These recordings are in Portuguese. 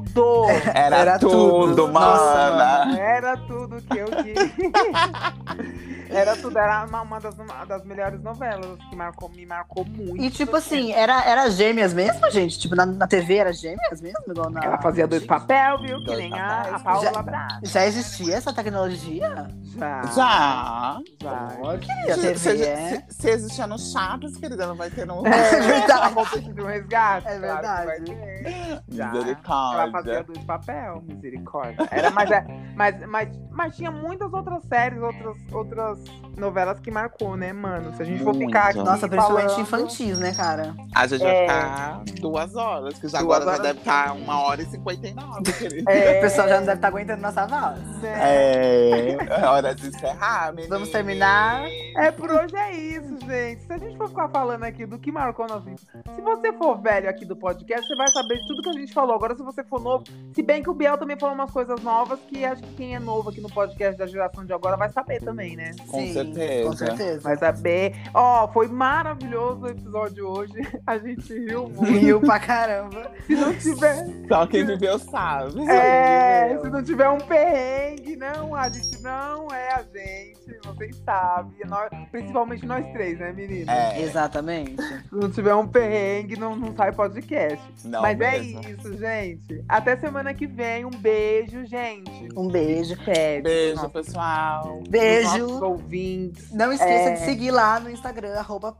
tudo! Era, tudo, mana. Era tudo que eu queria. era tudo, era uma, uma das, uma das melhores novelas assim, que marcou, me marcou muito. E tipo assim, era, era gêmeas mesmo, gente? Tipo, na, na TV era gêmeas mesmo? Igual na... Ela fazia dois papel, viu? Que Dois nem a, a papéis. Paula Braga. Já existia essa tecnologia? Já. Já. já. Queria Se- TV, se, é. se- se existia no Chaves, querida, não vai ter no. É Ela verdade. voltou de um resgate. É claro que vai verdade. ter. Já. Ela fazia Misericórdia. dois papel, misericórdia. Era, mas, é- mas, mas, mas tinha muitas outras séries, outras, outras novelas que marcou, né, mano? Se a gente for ficar aqui. Muitas. Nossa, principalmente falando- infantis, né, cara? A gente vai É. ficar duas horas, que já Duas agora já horas. deve estar uma hora e cinquenta e nove, querida. É, O pessoal já não deve estar aguentando nossa voz. né? É, é hora de encerrar, meninas. Vamos terminar. É, por hoje é isso, gente. Se a gente for ficar falando aqui do que marcou nossa vida, se você for velho aqui do podcast, você vai saber de tudo que a gente falou. Agora, se você for novo, se bem que o Biel também falou umas coisas novas que acho que quem é novo aqui no podcast da geração de agora vai saber também, né? Com Sim, certeza. Com certeza. Vai saber. Ó, foi maravilhoso o episódio hoje. A gente riu muito. Rio pra caramba. Se não tiver. Só quem viveu sabe. É, Meu. se não tiver um perrengue, não, a gente não é a gente, vocês sabem. É Nós- principalmente nós três, né, menina? É, Exatamente. Se não tiver um perrengue, não, não sai podcast. não Mas mesmo. é isso, gente. Até semana que vem. Um beijo, gente. Um beijo. Sério. Beijo, Nossos- pessoal. Beijo. nossos ouvintes. Não esqueça É. de seguir lá no Instagram, arroba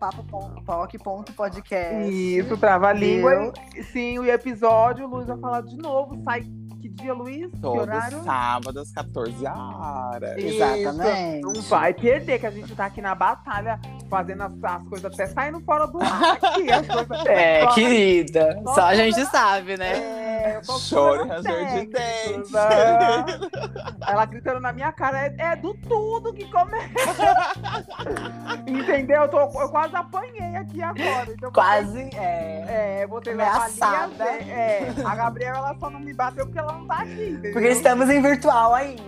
papo.poc.podcast. Isso, trava a língua. Sim, o episódio, o Luiz vai falar de novo. Sai que dia, Luiz? Que Todo horário? sábado às 14 horas. Isso. Exatamente. Não vai perder, que a gente tá aqui na batalha, fazendo as, as coisas até saindo fora do ar. Aqui, as coisas É, só- querida. só- Só a gente sabe, né? É, só Choro e coisas ranger de técnicas, dentes. né? Ela gritando na minha cara, é, é do tudo que começa. Entendeu? Eu, tô- eu quase apanhei aqui agora. Então, Quase. É. É, botei Ameaçada. É, a Gabriela ela só não me bateu porque ela não tá aqui. Entendeu? Porque estamos em virtual ainda.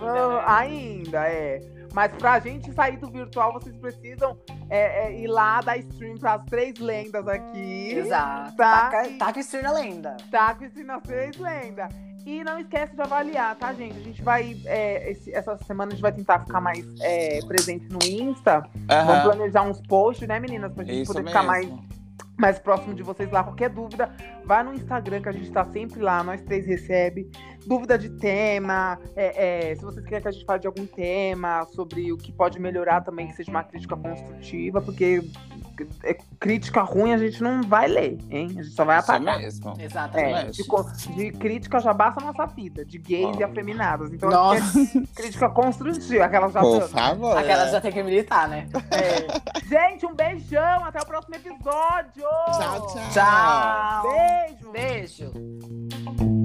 Ah, né? Ainda, é. Mas pra gente sair do virtual, vocês precisam é, é, ir lá dar stream pras três lendas aqui. Exato. Tá. Taca, taca o stream na lenda. Tá com esse nas três lendas. E não esquece de avaliar, tá, gente? A gente vai. é, esse- essa semana a gente vai tentar ficar mais é, presente no Insta. Vamos Aham. planejar uns posts, né, meninas? Pra gente Isso poder mesmo. ficar mais, mais próximo de vocês lá. Qualquer dúvida, vai no Instagram que a gente tá sempre lá. Nós três recebe. Dúvida de tema. é, é, se vocês querem que a gente fale de algum tema, sobre o que pode melhorar também, que seja uma crítica construtiva, porque é, crítica ruim a gente não vai ler, hein? A gente só vai Isso apagar. mesmo. Exatamente. É, Mas- de, co- de crítica já basta a nossa vida, de gays Né? Ó. e afeminadas. Então, Nossa. é crítica construtiva, aquelas já Por dando. favor. Aquela já tem que militar, né? É. Gente, um beijão, até o próximo episódio! Tchau, tchau. Tchau. Beijo! Beijo.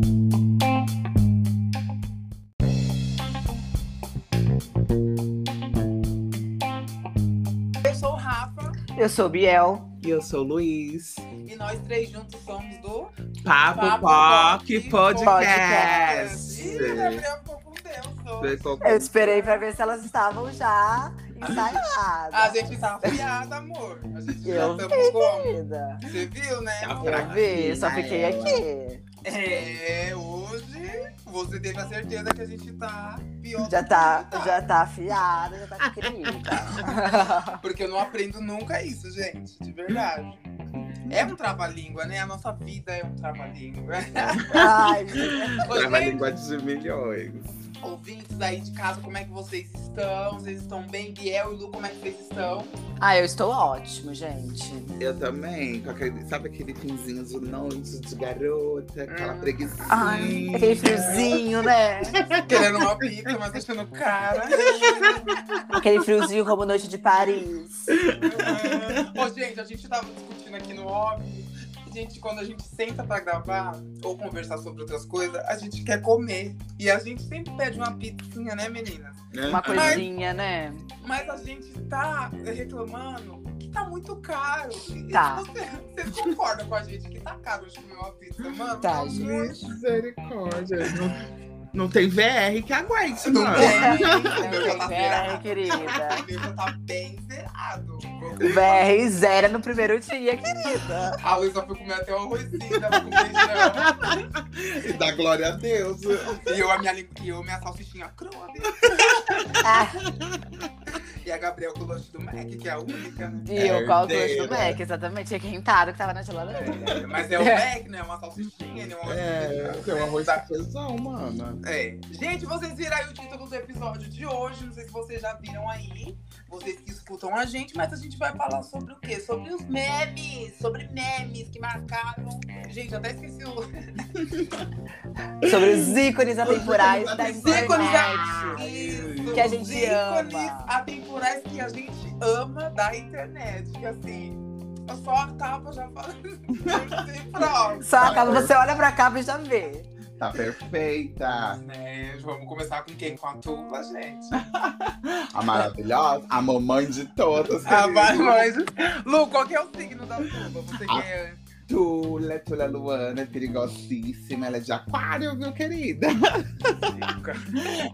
Eu sou o Rafa Eu sou Biel. E eu sou o Luiz. e nós três juntos somos do Papo Poc Podcast. ficou com Deus Ficou com- Eu esperei pra ver se elas estavam já ensaiadas. gente tá afiada, amor. A gente já Eu estamos como? Querida. Você viu, né? Tá amor? Eu vi, só fiquei aqui. É, hoje você teve a certeza que a gente tá pior. Já tá, já tá afiada, já tá querida. Porque eu não aprendo nunca isso, gente, de verdade. É um trava-língua, né? A nossa vida é um trava-língua. Ai, gente. Ô, Trava a gente, língua de milhões. Ouvintes aí de casa, como é que vocês estão? Vocês estão bem? Biel e Lu, como é que vocês estão? Ah, eu estou ótimo, gente. Eu também, com aquele, sabe aquele finzinho de noite de garota, aquela Hum. preguiçinha. Ai, aquele friozinho, né? Querendo uma pizza, mas achando cara. Aquele friozinho como noite de Paris. Ô, gente, a gente tava discutindo aqui no óbvio. Gente, quando a gente senta pra gravar ou conversar sobre outras coisas, a gente quer comer. E a gente sempre pede uma pizzinha, né, meninas? né? Uma Ai, coisinha, né? Mas a gente tá reclamando que tá muito caro. E, Tá. tipo, Você, vocês concordam com a gente que tá caro de comer uma pizza, mano? Tá, muito. gente. Misericórdia. não- Não tem VR que aguente, Não mano. tem. é, tá VR, querida. O nível tá bem zerado. VR zero no primeiro dia, querida. A Luísa foi comer até uma arrozinho, tava com feijão. E dá glória a Deus. E eu, a minha, lim- e eu, minha salsichinha crua. né? Ah, E a Gabriel com o lanche do Mac, que é a única, né? e eu qual o gosto herdeira. do Mac, exatamente. Tinha quentado que tava na geladeira. É, Mas é o Mac, né? Uma salsichinha, né? Uma... É, tem um arroz da feijão, mano. É. Gente, vocês viram aí o título do episódio de hoje. Não sei se vocês já viram aí. Vocês que escutam a gente, mas a gente vai falar sobre o quê? Sobre os memes. Sobre memes que marcaram. Gente, até esqueci o. Sobre os ícones atemporais da Os ícones internet. Isso, Que a gente os ícones ama. atemporais que a gente ama da internet. Que assim, só a capa já assim, fala. não tem prova. Só acaba, você olha pra capa e já vê. Tá perfeita. Né, Vamos começar com quem? Com a Tula, gente. A maravilhosa. A mamãe de todas. Ah, querido. vai, mas. Lu, qual que é o signo da Tula? Você é Ah. quer. Tula, Tula Luana, é perigosíssima. Ela é de aquário, viu, querida?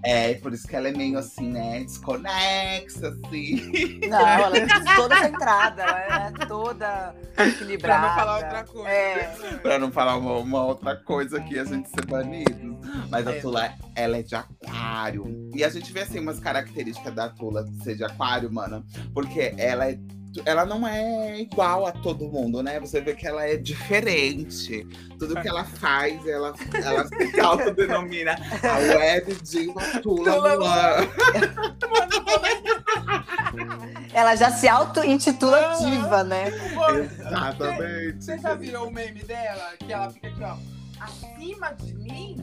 É, por isso que ela é meio assim, né? Desconexa, assim. Não, ela é toda centrada, ela é toda Pra equilibrada. não falar outra coisa. É. Pra não falar uma, uma outra coisa que a gente ser banido. Mas a É. Tula, ela é de aquário. E a gente vê, assim, umas características da Tula ser de aquário, mana. Porque ela é. Ela não é igual a todo mundo, né? Você vê que ela é diferente. Tudo que ela faz, ela, ela se autodenomina a web diva Tula Tula Luan. Ela já se auto-intitula diva, né? Exatamente. Você já virou o meme dela? Que ela fica aqui, ó. Acima de mim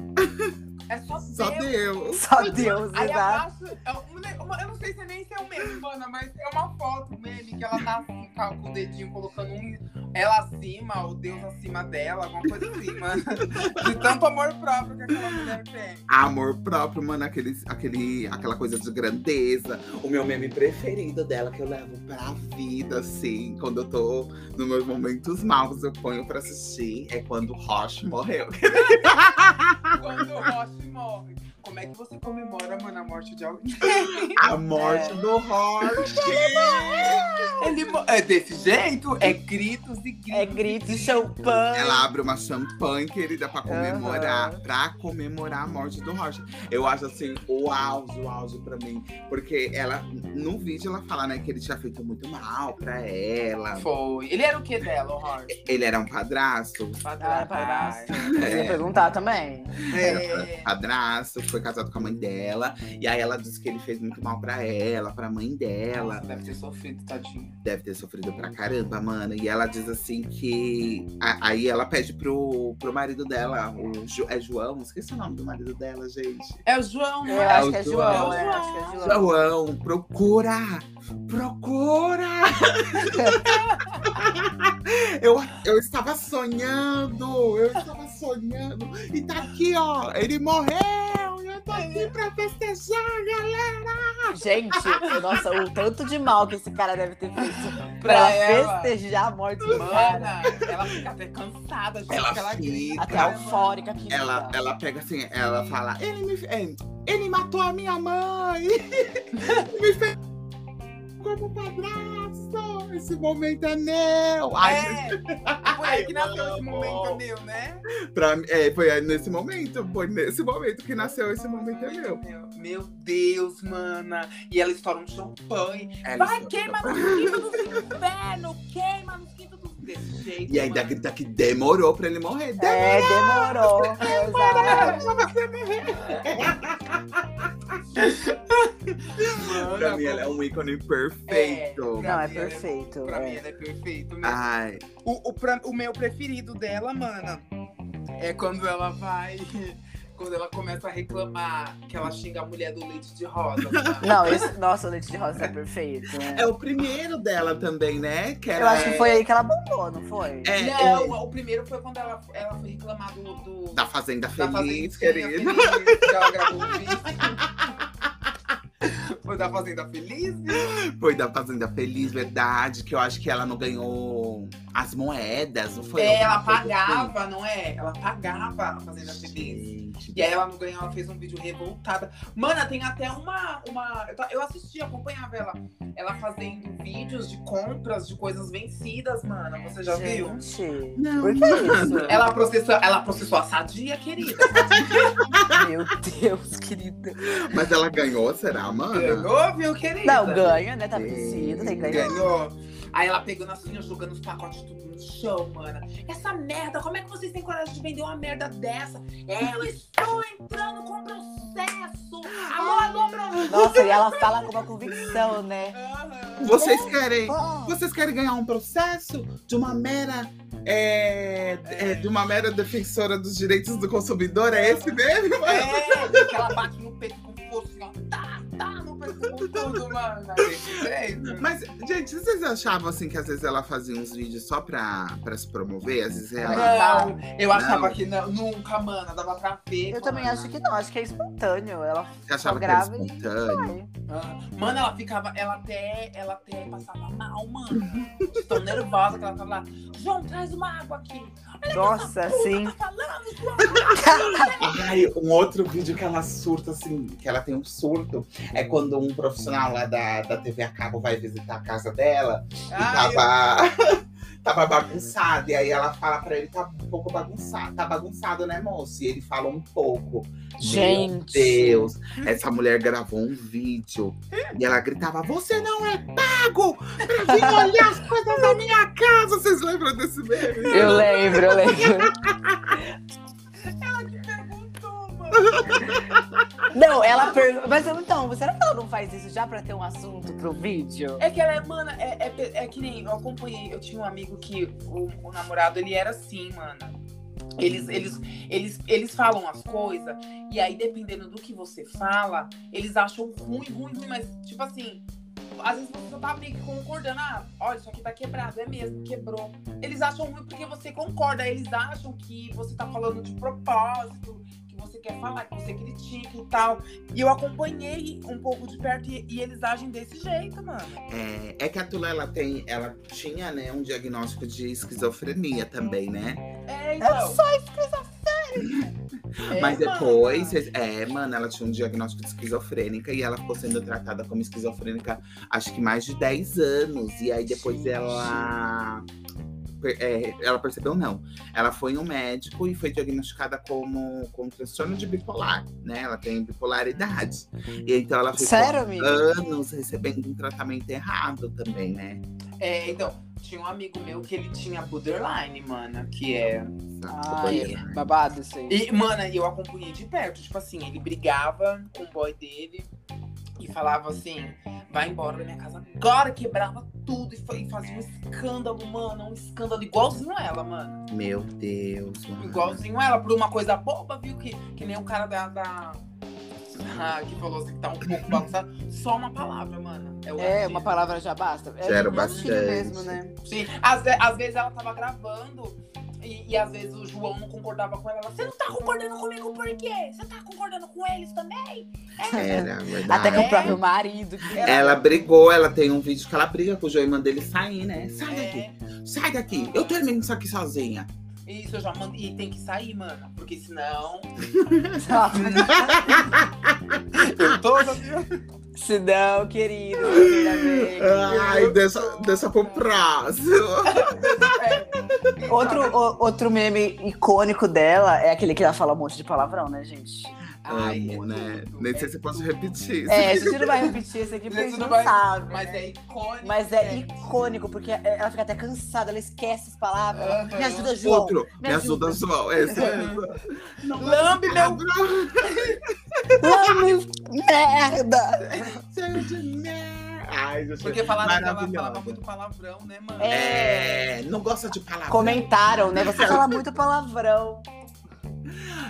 é só, Só Deus. Deus. Só Deus, Aí exato. abaixo, é um ne- uma- eu não sei se nem se é um meme, mana, mas é uma foto meme que ela tá assim, tá com o dedinho colocando um, ela acima, o Deus acima dela, alguma coisa assim, mano. De tanto amor próprio que aquela mulher tem. Amor próprio, mano, aquele, aquele, aquela coisa de grandeza. O meu meme preferido dela que eu levo pra vida, assim. Quando eu tô nos meus momentos maus, eu ponho pra assistir. É quando o Roche morreu. Quando o Roche morre. Como é que você comemora, mano, a morte de alguém? A morte do Roche. Ele mo- é desse jeito? É gritos e gritos. É grito, champanhe. Ela abre uma champanhe, querida, pra comemorar. Aham. Pra comemorar a morte do Rocha. Eu acho assim, o auge, o auge pra mim. Porque ela, no vídeo, ela fala, né, que ele tinha feito muito mal pra ela. Foi. Ele era o que dela, o Roche? Ele era um padrasto. Ah, padrasto. Eu ia É, um perguntar também. É. padrasto, foi casado com a mãe dela. E aí ela disse que ele fez muito mal pra ela, pra mãe dela. Ela deve ter sofrido, tadinho. deve ter sofrido pra caramba, mano. E ela diz assim que. a- aí ela pede pro, pro marido dela, o Jo- é João, esqueci o nome do marido dela, gente. É o João, Eu né? É acho o que é João. João, é, acho que é João. João, procura! Procura! eu, eu estava sonhando! Eu estava sonhando! E tá aqui, ó! Ele morreu! Eu tô aqui pra festejar, galera! Gente, nossa, o tanto de mal que esse cara deve ter feito pra, Pra ela ela. festejar a morte do cara. Mana, ela fica até cansada, gente. Ela que ela fica. grita. Até eufórica que Ela, fica. ela pega assim, ela fala: ele me. é, Ele matou a minha mãe! me fez como padrasto! Esse momento é meu! Ai, gente, É, foi aí que nasceu esse Amo. momento meu, né? Pra, mim- é, foi aí nesse momento, foi nesse momento que nasceu esse momento é meu. Meu Deus, mana. E ela estoura um champanhe. Ela Vai, estoura um queima champanhe. nos quintos do inferno. Queima nos quintos do... Desse jeito, E ainda mana. grita que demorou pra ele morrer. É, demorou. exato. Mana, Pra mim, ela é um ícone perfeito. pra Não, é mim ela perfeito. Pra mim, é. ela é perfeito Ah, mesmo. Ai, O, o, pra- o meu preferido dela, mana, é quando ela vai. Quando ela começa a reclamar que ela xinga a mulher do leite de rosa. sabe? Não, esse, nossa, o leite de rosa é perfeito. né? é o primeiro dela também, né? Que era, Eu acho que foi aí que ela bombou, não foi? É, Não, o primeiro foi quando ela, ela foi reclamar do. do da Fazenda Feliz, Fazenda querida. Feliz, que ela gravou um vídeo. Foi da Fazenda Feliz? Foi da Fazenda Feliz, verdade. Que eu acho que ela não ganhou as moedas, não foi? é, ela Alguma coisa assim. pagava, não é? Ela pagava a Fazenda Feliz. Gente, E aí ela não ganhou, ela fez um vídeo revoltada. Mana, tem até uma. uma eu ta- eu assisti, acompanhava ela. Ela fazendo vídeos de compras de coisas vencidas, mana. Você já É viu? Gente, Não, por que isso? Ela processou, ela processou a Sadia, querida. Meu Deus, querida. Mas ela ganhou, será, mana? Ganhou, viu, querida? Não, ganha, né? Tá vencido, tem que ganhar. Ganhou. Aí ela pegando assim, ó, jogando os pacotes tudo no chão, mana. Essa merda, como é que vocês têm coragem de vender uma merda dessa? Eu estou entrando com processo! Alô, alô, processo! Nossa, e ela fala com uma convicção, né? Vocês querem. Pô, Vocês querem ganhar um processo de uma mera. é, é, de uma mera defensora dos direitos do consumidor? É esse mesmo? mana? É, que ela bate no peito com força, assim, ó. Tá, tá, no peito com tudo, mana. É isso. Mas, gente, vocês achavam assim que às vezes ela fazia uns vídeos só pra, pra se promover? Às vezes ela. Não, eu achava que não, nunca, mana, dava pra ver. Eu também acho que não, acho que é espontâneo. Ela Você achava Só que era grava e- espontâneo? vai. Ah, Mano, ela ficava, ela até, ela até passava mal, mano. De Tão nervosa que ela tava lá. João, traz uma água aqui. Nossa, assim. sim. Tá falando? Ai, um outro vídeo que ela surta, assim, que ela tem um surto, é quando um profissional lá da, da TV a cabo vai visitar a casa dela e Ai, tava, tava bagunçado. E aí ela fala pra ele, tá um pouco bagunçado, tá bagunçado, né, moço? E ele fala um pouco. Meu Gente. Deus, essa mulher gravou um vídeo e ela gritava: Você não é pago pra vir olhar as coisas da minha casa. Vocês lembram desse meme? Eu lembro, eu lembro. perguntou, mano. Não, ela pergunta. Mas então, será que ela não faz isso já pra ter um assunto pro vídeo? É que ela é, mano, é, é, pe- é que nem eu acompanhei. Eu tinha um amigo que o, o namorado ele era assim, mano. Eles, eles, eles, eles falam as coisas, e aí, dependendo do que você fala, eles acham ruim, ruim, ruim, mas tipo assim. Às vezes você só tá meio que concordando, ah, olha, isso aqui tá quebrado, é mesmo, quebrou. Eles acham ruim porque você concorda, aí eles acham que você tá falando de propósito, que você quer falar, que você critica e tal. E eu acompanhei um pouco de perto e- e eles agem desse jeito, mano. É, é que a Tula ela tem, ela tinha né, um diagnóstico de esquizofrenia também, né? É, É então. só É, Mas mano. depois, é, mano, ela tinha um diagnóstico de esquizofrênica e ela ficou sendo tratada como esquizofrênica acho que mais de 10 anos. E aí depois ela. per- é, ela percebeu, não. Ela foi em um médico e foi diagnosticada como com transtorno de bipolar, né? Ela tem bipolaridade. E então ela ficou Uhum. Sério, amiga? anos recebendo um tratamento errado também, né? É, então, tinha um amigo meu que ele tinha borderline, mano, que é. Ai, babado isso aí. E, mano, eu acompanhei de perto. Tipo assim, ele brigava com o boy dele e falava assim: vai embora da minha casa agora, quebrava tudo e, fa- e fazia um escândalo, mano, um escândalo igualzinho ela, mano. Meu Deus, mano. Igualzinho ela, por uma coisa boba, viu? Que, que nem o cara da. da- da- que falou assim que tá um pouco bagunçado. Só uma palavra, mano. o É, gatilho. uma palavra já basta. É Zero tipo meus filhos bastante. mesmo, né? Sim, às, ve- às vezes ela tava gravando e, e às vezes o João não concordava com ela. Ela, Você não tá concordando comigo por quê? Você tá concordando com eles também? Era, verdade. Até com É. o próprio marido. Que... é. Ela brigou, ela tem um vídeo que ela briga com o João e manda ele sair, né? Sai É, daqui, sai daqui. Eu termino isso aqui sozinha. isso, eu já mando. E tem que sair, mano. Porque senão. Eu tô, Se não, querido, Ai, deixa, deixa pro próximo. É. Outro, o- outro meme icônico dela é aquele que ela fala um monte de palavrão, né, gente? Ai, é Amo, né? tudo, Nem é sei se eu posso tudo. repetir isso. É, a gente não vai repetir isso aqui A porque a gente gente não não vai- sabe. Mas né? é icônico. Mas é gente. icônico, porque ela fica até cansada, ela esquece as palavras. ela, Aham. Me ajuda, João. Outro, me me ajuda, ajuda. João. Esse mesmo. Uhum. Lambe meu Ah, meu merda! Cheio de merda. Ai, deixa Porque falaram que ela Maravilhosa. falava muito palavrão, né, mano? É. É, não gosta de palavras. Comentaram, né? Você fala muito palavrão.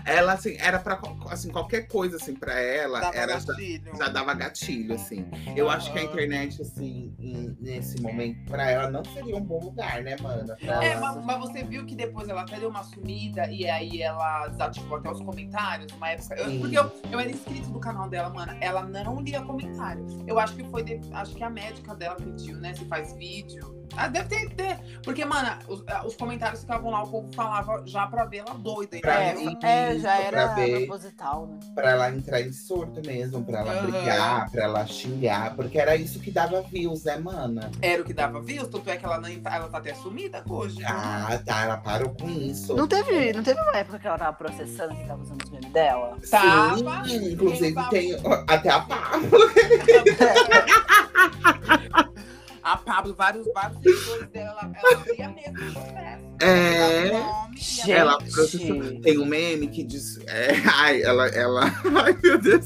Ela, assim, era pra co- assim, qualquer coisa, assim, pra ela. Dava era gatilho. já dava gatilho, assim. Eu acho que a internet, assim, em- nesse momento, pra ela não seria um bom lugar, né, mana? Pra É, ela- mas, mas você viu que depois ela até deu uma sumida e aí ela desativou até os comentários uma época. Eu- Sim. porque eu, eu era inscrito do canal dela, mano. Ela não lia comentário. Eu acho que foi. de- acho que a médica dela pediu, né? Se faz vídeo. Ah, deve ter. ter. Porque, mano, os, ah, os comentários ficavam lá, o povo falava já pra ver ela doida. Pra entendeu? ver. É, é, Mas já era pra ver, proposital, né? pra ela entrar em surto mesmo, pra ela Aham. brigar, pra ela xingar, porque era isso que dava views, né, mana? Era o que dava views, tanto é que ela, não, tá- ela tá até sumida hoje. Ah, tá, ela parou com isso. Não teve, não teve uma época que ela tava processando quem tava usando os memes dela? Tava. Sim, inclusive Tava. assim? tem ó, até a Pablo. A Pablo, vários, vários seguidores dela, ela- ela via mesmo o sucesso. É. Ela come e Gente. ela- Ela processou. Tem um meme que diz. é, ai, ela, ela. Ai, meu Deus.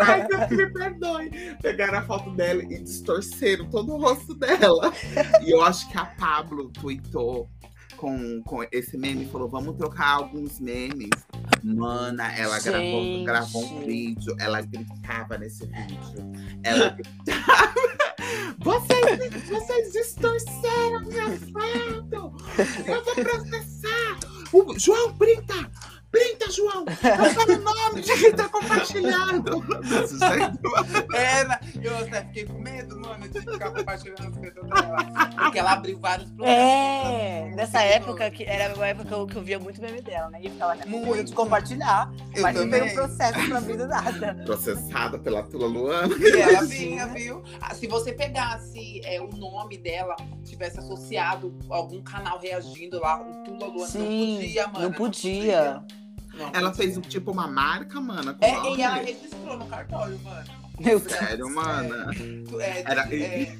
Ai, meu filho, me perdoe. Pegaram a foto dela e distorceram todo o rosto dela. E eu acho que a Pablo tweetou com, com esse meme e falou: vamos trocar alguns memes. Mana, ela gravou, Gente. gravou um vídeo, ela gritava nesse vídeo. Ela gritava. Vocês, vocês distorceram minha foto! Eu vou processar! O- João, printa! Printa, João! Eu quero o nome de quem tá compartilhado! Desse jeito. Era. Eu até fiquei com medo, mano, de ficar compartilhando as coisas dela. Porque ela abriu vários É, problemas. nessa época, que era uma época que eu, que eu via muito meme dela, né? E eu ficava até com medo de Muito. compartilhar, Eu mas não veio um também. processo pra mim do nada. Processada pela Tula Luana. E ela Imagina. vinha, viu? Ah, Se você pegasse é, o nome dela, tivesse associado a algum canal reagindo lá, o Tula Luana, não podia, mano. não podia. Não Ela podia. fez um, tipo uma marca, mana. Com É, nome. e ela registrou no cartório, mano. Meu Deus. Sério, mana. Tu- é, Era- é,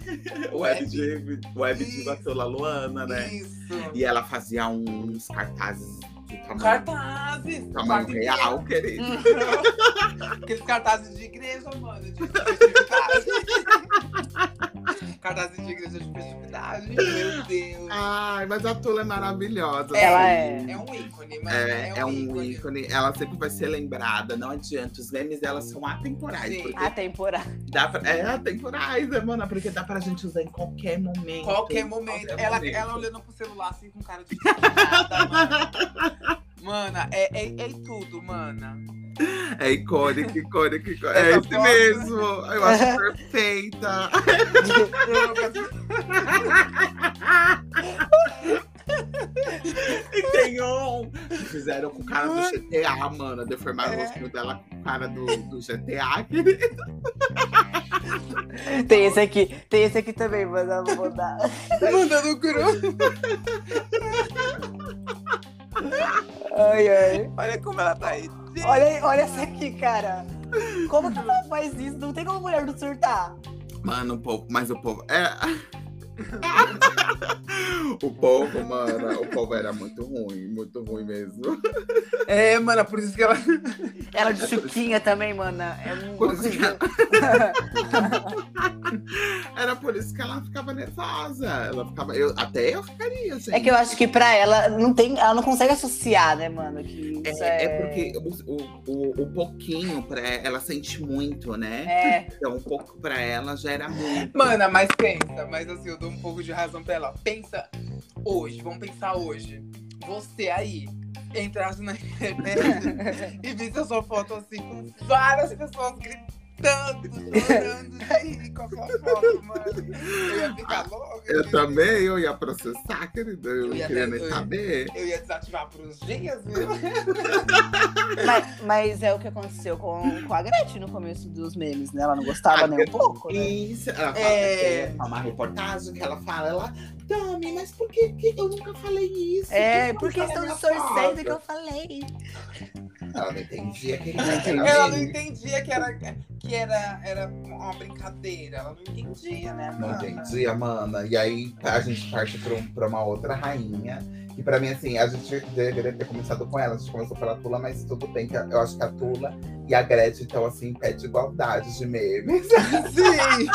Web Diva, Web Diva Isso. Tula Luana, né? Isso. E ela fazia uns cartazes de tamanho, Um Cartazes. tamanho sabe? real, querido. Aqueles cartazes de igreja, mano, de festividade. cartazes de igreja de festividade, meu Deus. Ai, mas a Tula é maravilhosa. Ela assim. é. É um ícone, mano. É, é um ícone. ícone. Ela sempre vai ser lembrada, não adianta. Os memes dela são atemporais. Sim. Porque A temporada. dá pra... É atemporais, né, mana? Porque dá pra gente usar em qualquer momento. Qualquer momento. Qualquer Ela, momento. ela olhando pro celular assim com cara de. nada, mano. Mana, é, é, é tudo, mana. É icônica, icônica, icônica. É Essa isso foto. mesmo. Eu acho perfeita. E tem um que fizeram com o cara do GTA, mano. Deformaram É. o rostinho dela com o cara do, do GTA. querido. Tem esse aqui, tem esse aqui também, mas eu vou dar. Mandando cru. Ai, ai. Olha como ela tá aí. Olha, olha essa aqui, cara. Como que ela faz isso? Não tem como mulher não surtar. Mano, o povo, mas o povo. É. o povo, mano, o povo era muito ruim, muito ruim mesmo. É, mana, por isso que ela. Ela de chuquinha também, mana. É um Por isso que ela- coisa- Era por isso que ela ficava nervosa. Ela ficava. Eu, até eu ficaria, assim. gente. É que eu acho que pra ela não tem. Ela não consegue associar, né, mano? Que isso É, é, é porque o, o- o, o pouquinho pra ela sente muito, né? É. Então, um pouco pra ela já era muito. Mana, mas pensa, mas assim, eu dou um pouco de razão pra ela. Pensa hoje, vamos pensar hoje. Você aí entrasse na internet e visse a sua foto assim, com várias pessoas gritando, chorando de rir com a sua foto, mano. Eu ia ficar louca. Eu também, eu ia processar, querida. Eu Eu não ia queria até- nem eu ia- saber. Eu ia desativar por uns dias, viu? Mas, mas é o que aconteceu com, com a Gretchen no começo dos memes, né? Ela não gostava A nem um pouco, né? Isso, ela fala, É. tem uma reportagem que ela fala, ela, Dami, mas por que, que eu nunca falei isso? É, não porque tá na estão minha distorcendo foto?" o que eu falei. Ela não entendia que Ela não entendia que era, que era, era uma brincadeira. Ela não entendia, né, Não mana? entendia, mana. E aí a gente parte pra, um- pra uma outra rainha. Que pra mim, assim, a gente deveria ter começado com ela. A gente começou pela Tula, mas tudo bem. que Eu acho que a Tula e a Gretchen estão, assim, em pé de igualdade de memes. Sim!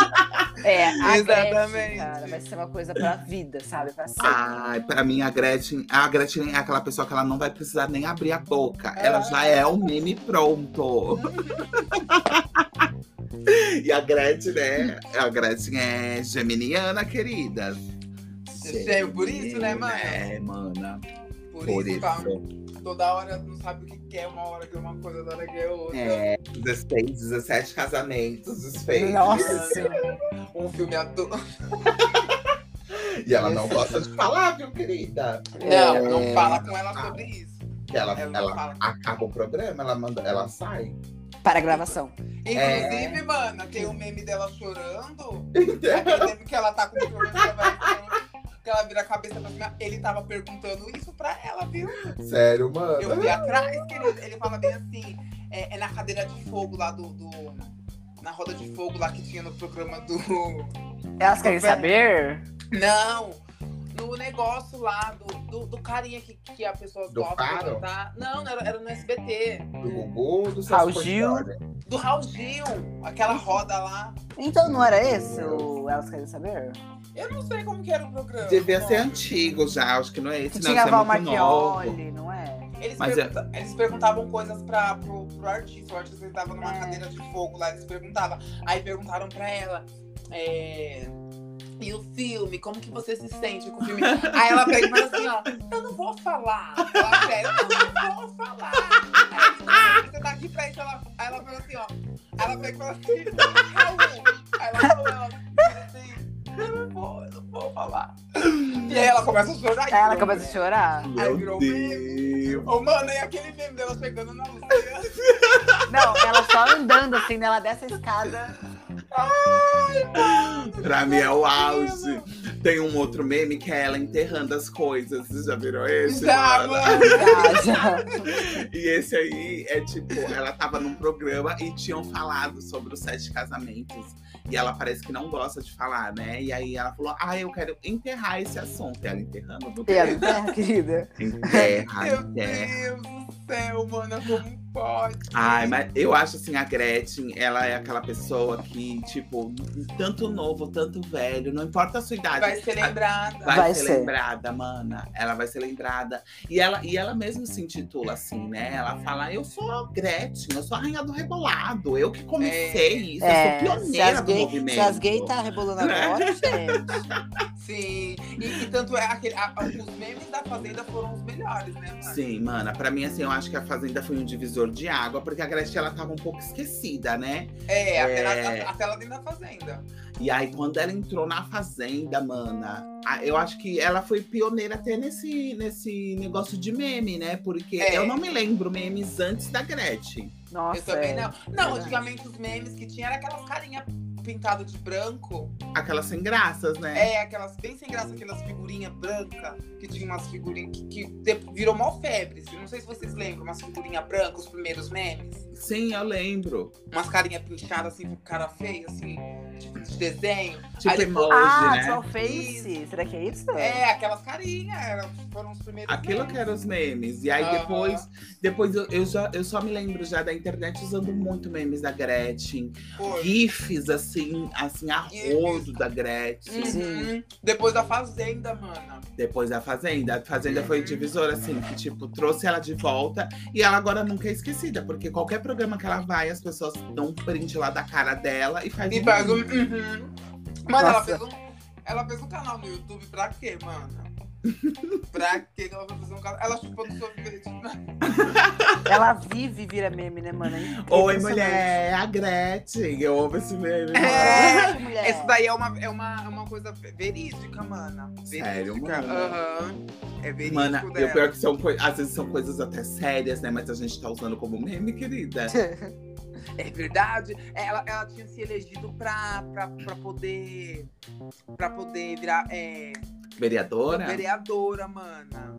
É, a Gretchen, Exatamente. cara, vai ser uma coisa pra vida, sabe? Pra sempre. Ai, pra mim, a Gretchen, a Gretchen é aquela pessoa que ela não vai precisar nem abrir a boca. Ela já é um meme pronto. e a Gretchen, né? A Gretchen é geminiana, querida. É, por isso, né, mana? É, mana. Por, isso, tá? toda hora não sabe o que quer, uma hora que é uma coisa, outra hora que é outra. É, 16, 17 casamentos desfeitos. Nossa senhora. Um filme adulto. E ela não gosta de falar, viu, querida? Não, não fala com ela sobre isso. Que É. Ah. ela, Ela não ela fala. acaba o programa, ela, manda, ela sai. Para a gravação. é. Inclusive, mano, tem o meme dela chorando. Aquele meme que ela tá com o problema que ela vai chorando, que ela vira a cabeça pra cima. Ele tava perguntando isso pra ela, viu? Sério, mano. Eu vi atrás, querido. Ele fala bem assim: é, é na cadeira de fogo lá do. do- Na roda de fogo lá que tinha no programa do. Elas querem Pera- saber? Não! No negócio lá do, do, do carinha que, que a pessoa Do gosta de Faro? cantar. Não, era, era no SBT. Do Gugu, do Raul Celso Gil. Portiolli. Do Raul Gil, aquela roda lá. Então não era esse o Elas Querem Saber? Eu não sei como que era o programa. Devia ser Bom, antigo já, acho que não é esse, Que não. tinha esse é Val muito novo. Marchioli, não é? Eles, Mas pergunta- eles perguntavam coisas pra, pro, pro artista. O artista estava numa É. cadeira de fogo lá, eles perguntavam. Aí perguntaram pra ela. é, E o filme, como que você se sente com o filme? Aí ela pega e fala assim, ó, eu não vou falar. Ela pega, é, eu não vou falar. Aí ele, você tá aqui pra isso. Ela, aí ela fala assim, ó. Aí ela pega e fala assim, Raul. Aí ela falou, ela fala assim, eu não vou, eu não vou falar. E aí ela começa a chorar. né? Aí ela e- começa a chorar. Aí Meu virou Deus. Ô, mano, é aquele meme dela chegando na né? Luciana. Não, ela só andando assim, né? ela desce a escada. Pra mim é o auge. Tem um outro meme que é ela enterrando as coisas. Vocês já viram esse? Já, mano? mano. Ah, já. E esse aí é tipo, ela tava num programa e tinham falado sobre os sete casamentos. E ela parece que não gosta de falar, né? E aí ela falou: Ah, eu quero enterrar esse assunto. E ela enterrando do E ela enterra, né, querida. Enterra, Meu enterra. Deus do céu, mano, é como pode? Ai, mas eu acho assim, a Gretchen, ela é aquela pessoa que, tipo, tanto novo, tanto velho, não importa a sua idade. Vai ser lembrada. Vai, Vai ser, ser. lembrada, mana. Ela vai ser lembrada. E ela, e ela mesma se intitula assim, né? Ela fala: Eu sou a Gretchen, eu sou a rainha do rebolado. Eu que comecei isso, É, eu sou se pioneira as do gay, movimento. se as gay tá rebolando Né? agora, gente. Sim. E, e tanto é, aquele, a- a- os memes da Fazenda foram os melhores, né, mano? Sim, mana, pra mim, assim, eu acho que a Fazenda foi um divisor de água, porque a Gretchen, ela tava um pouco esquecida, né? É, até É. Até, até ela dentro da Fazenda. E aí, quando ela entrou na fazenda, mana, a- eu acho que ela foi pioneira até nesse, nesse negócio de meme, né? Porque É. eu não me lembro memes antes da Gretchen. Nossa. Eu também é. não. Não, Verdade. antigamente os memes que tinha eram aquelas carinhas pintadas de branco. Aquelas sem graças, né? É, aquelas bem sem graça, aquelas figurinhas brancas, que tinha umas figurinhas que, que de- virou mó febre. assim. Não sei se vocês lembram, umas figurinhas brancas, os primeiros memes. Sim, eu lembro. Umas carinhas pinchadas, assim, com cara feio, assim, tipo de desenho. Tipo Aí depois- emoji, Ah, né? Troll Face. Será que é isso? É, aquelas carinhas, eram- foram os primeiros Aquilo memes. que eram os memes. E aí Aham. depois, depois eu, eu, já, eu só me lembro já da internet usando muito memes da Gretchen. Foi. GIFs, assim, assim, a Gifs. rodo da Gretchen. Uhum. Depois da Fazenda, mano. depois da Fazenda. A Fazenda foi Uhum. divisora, assim, que, tipo, trouxe ela de volta. E ela agora nunca é esquecida, porque qualquer programa que ela vai, as pessoas dão um print lá da cara dela e faz E um faz um. vídeo. Uhum. Mano, ela Nossa. fez um, ela fez um canal no YouTube pra quê, mano? pra quê que ela vai fazer um canal? Ela chupou do sorvete. Ela vive e vira meme, né, mano? É incrível, Oi, impressionante. mulher, a Gretchen. Eu amo esse meme. É. Caraca, mulher. Isso daí é uma, é uma, é uma coisa verídica, mana. Verídica. Sério, mano? Aham. É verídico Mana, e dela. o pior que são coi- às vezes são coisas até sérias, né? Mas a gente tá usando como meme, querida. É verdade. Ela, ela tinha se elegido pra, pra, pra poder. Pra poder virar é, Vereadora? vereadora, mana.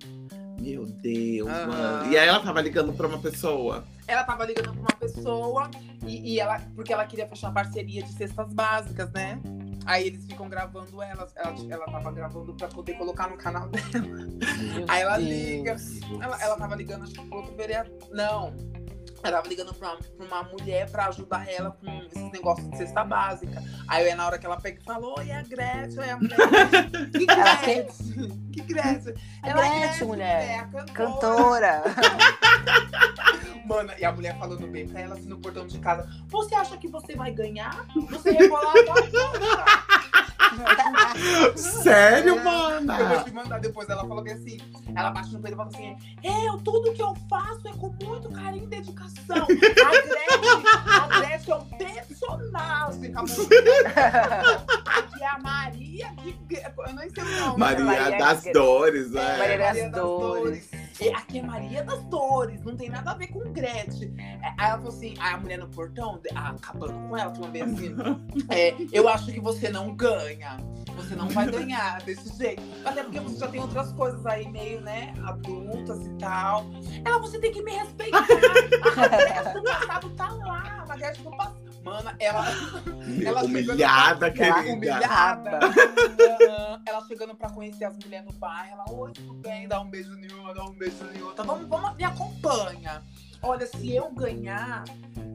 Meu Deus, Aham. mano. E aí ela tava ligando pra uma pessoa. Ela tava ligando pra uma pessoa e, e ela. Porque ela queria fechar parceria de cestas básicas, né? Aí eles ficam gravando elas. Ela, ela tava gravando pra poder colocar no canal dela. Meu Aí ela Deus. liga. Ela, ela tava ligando, acho que pro outro vereador. Não. Ela tava ligando pra, pra uma mulher pra ajudar ela com esses negócios de cesta básica. Aí é na hora que ela pega e falou, oi, é a Gretchen, é a mulher. que Ela Gretchen? que Gretchen? A Ela é Gretchen, mulher. É a cantora. Cantora. Mano, e a mulher falando bem pra ela assim no portão de casa. Você acha que você vai ganhar? Você é rebolar a tua boca." Sério, É. mana? Eu vou te mandar depois. Ela falou que assim, ela bate no peito e fala assim: Eu, tudo que eu faço é com muito carinho e dedicação. A Gretchen, a Gretchen é "Ah, um personagem, com a mão- que é a Maria de Gre- eu nem sei o nome. Maria, Maria das Gaga. Dores, É, é. Maria das Dores. E Aqui é Maria das Dores, não tem nada a ver com Gretchen. É, Aí ela falou assim: aí a mulher no portão, a- acabando com ela, falou bem assim: é, eu acho que você não ganha. Você não vai ganhar desse jeito. Até porque você já tem outras coisas aí, meio, né? Adultas e tal. Ela, você tem que me respeitar. A do passado tá lá, a Gretchen do passado. Mano, ela. Ela humilhada, chegando pra- querida. Humilhada. Aham. ela chegando pra conhecer as mulheres no bairro. Ela, oi, tudo bem? Dá um beijo em uma, dá um beijo em outra. Vamos, vamos, me acompanha. Olha, se eu ganhar,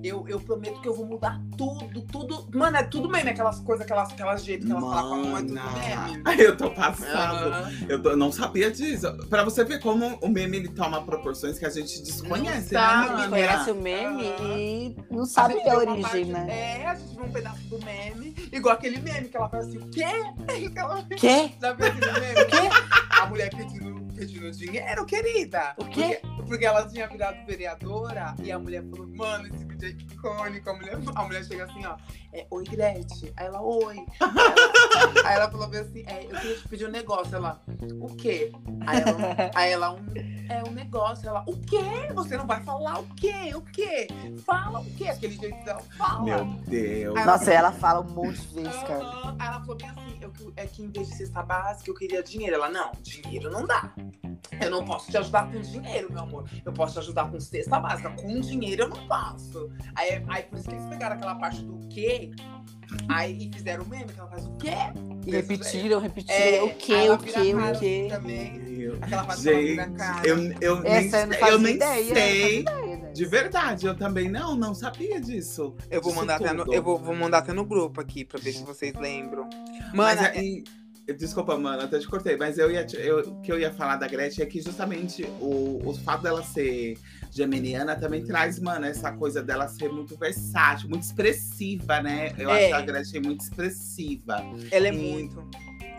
eu, eu prometo que eu vou mudar tudo, tudo. Mano, é tudo mesmo, aquelas coisas, aquelas, aquelas jeitos que ela fala com a mãe, é tudo mesmo. Ai, eu tô passado. Aham. Eu tô- eu não sabia disso. Pra você ver como o meme ele toma proporções que a gente desconhece, tá, né? não menina? Conhece o meme Aham. e não A sabe gente a vê uma parte- origem, né? É, a gente viu um pedaço do meme, igual aquele meme que ela faz assim, o quê? Que ela Quê? Já viu aquele meme? O quê? tá A mulher pedindo, pedindo dinheiro, querida. O quê? Porque, porque ela tinha virado vereadora e a mulher falou, mano, esse vídeo é icônico. A mulher, a mulher chega assim, ó, é, oi, Gretchen. Aí ela, oi. Aí ela, aí ela falou bem assim, é, eu queria te pedir um negócio. Ela, o quê? Aí ela, aí ela, um, é um negócio. Ela, o quê? Você não vai falar o quê? O quê? Fala o quê? Aquele jeito dela, fala. Meu Deus. Ah, Nossa, ela fala um monte de vezes, cara. Aham. Aí ela falou bem assim, eu que- é que em vez de cesta básica, eu queria dinheiro. Ela, não, dinheiro não dá. Eu não posso te ajudar com dinheiro, meu amor. Eu posso te ajudar com cesta básica. Com dinheiro eu não posso. Aí, aí por isso que eles pegaram aquela parte do quê? Aí e fizeram o meme, que ela faz o quê? E Isso, Repetiram, repetiram. É, o aí quê, ela o vira quê, cara o quê? Também. Meu Aquela parte Gente, da cara. eu, eu nem, Essa eu não sei- fazia eu nem sei. ideia. não fazia ideia dessa. De verdade, eu também não, não sabia disso. Eu vou Isso mandar até no, tudo. eu vou, vou mandar até no grupo aqui pra ver se vocês lembram. Mas Mano, é aí. Desculpa, mano, até te cortei, mas eu ia, te- eu- o que eu ia falar da Gretchen é que justamente o, o fato dela ser geminiana também traz, mano, essa coisa dela ser muito versátil, muito expressiva, né? Eu É. acho a Gretchen muito expressiva. ela é e- muito.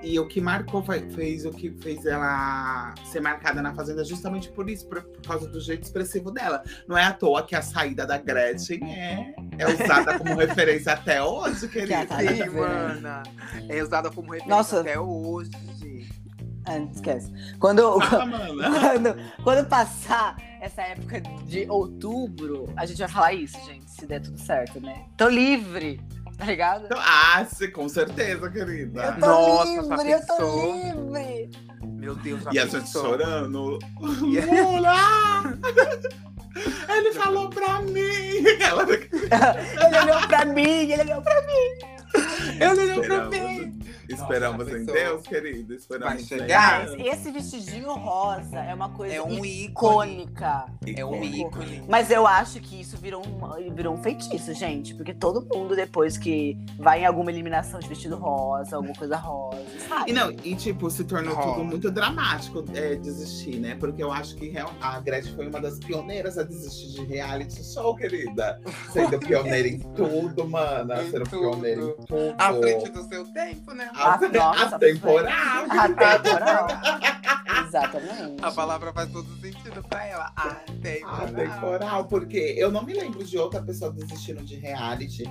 E o que marcou foi- fez o que fez ela ser marcada na Fazenda justamente por isso, por, por causa do jeito expressivo dela. Não é à toa que a saída da Gretchen é, é usada como referência até hoje, é querida. tá Sim, vendo? mana. É usada como referência Nossa. até hoje. Ah, não esquece. Quando, Ah, mana. quando, quando passar essa época de outubro, a gente vai falar isso, gente, se der tudo certo, né? Tô livre, tá ligado? Então, ah, sim, com certeza, querida. Eu tô Nossa, já livre, eu tô pensou? livre. Meu Deus, já E é a gente pensou? chorando. E é a- Lula! Ele falou pra mim! Ela Ele olhou pra mim, ele olhou pra Eu não lembro bem. Esperamos, esperamos em pessoa. Deus, querida. Esperamos Vai em chegar? Deus. mim. Esse vestidinho rosa é uma coisa É um ícone. icônica. É um ícone. Mas eu acho que isso virou um, virou um feitiço, gente. Porque todo mundo, depois que vai em alguma eliminação de vestido rosa, alguma coisa rosa, sabe? E não, e tipo, se tornou Rola. tudo muito dramático é, desistir, né? Porque eu acho que real- a Gretchen foi uma das pioneiras a desistir de reality show, querida. Sendo pioneira em tudo, mana. Em Sendo tudo. pioneira em tudo. À frente do seu tempo, né? a, Ah, nossa, a temporada. Até temporal. tá, Exatamente. A palavra faz todo sentido pra ela. Ah, tem. Ah, tem coral, porque eu não me lembro de outra pessoa desistindo de reality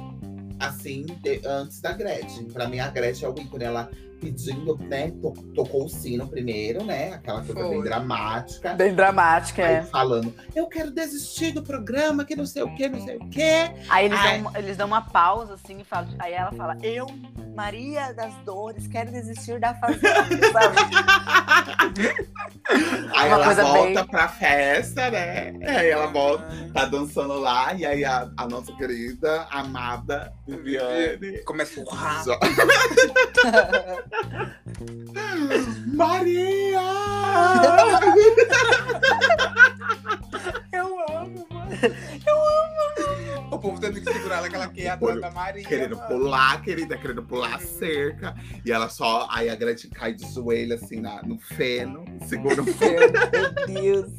assim, de- antes da Gretchen. Pra mim, a Gretchen é o ícone, ela pedindo, né? to- tocou o sino primeiro, né? Aquela coisa bem Foi. dramática. Bem dramática, Aí é. falando, eu quero desistir do programa, que não sei o que, não sei o que. Aí eles, Ai. Dão, eles dão uma pausa, assim, e falam, aí ela fala, eu, Maria das Dores, quero desistir da fazenda, sabe? Aí Uma ela coisa volta bem- pra festa, né? Aí ela volta, tá dançando lá, e aí a, a nossa querida, amada Viviane. Começa o rato. Jo- Maria! Eu amo, mano. Eu amo. O povo tendo que segurar ela que ela quer atrás da Maria. Querendo mano. pular, querida, querendo pular a cerca. E ela só. Aí a Gretchen cai de joelho, assim, na, no feno, segura o Meu Deus.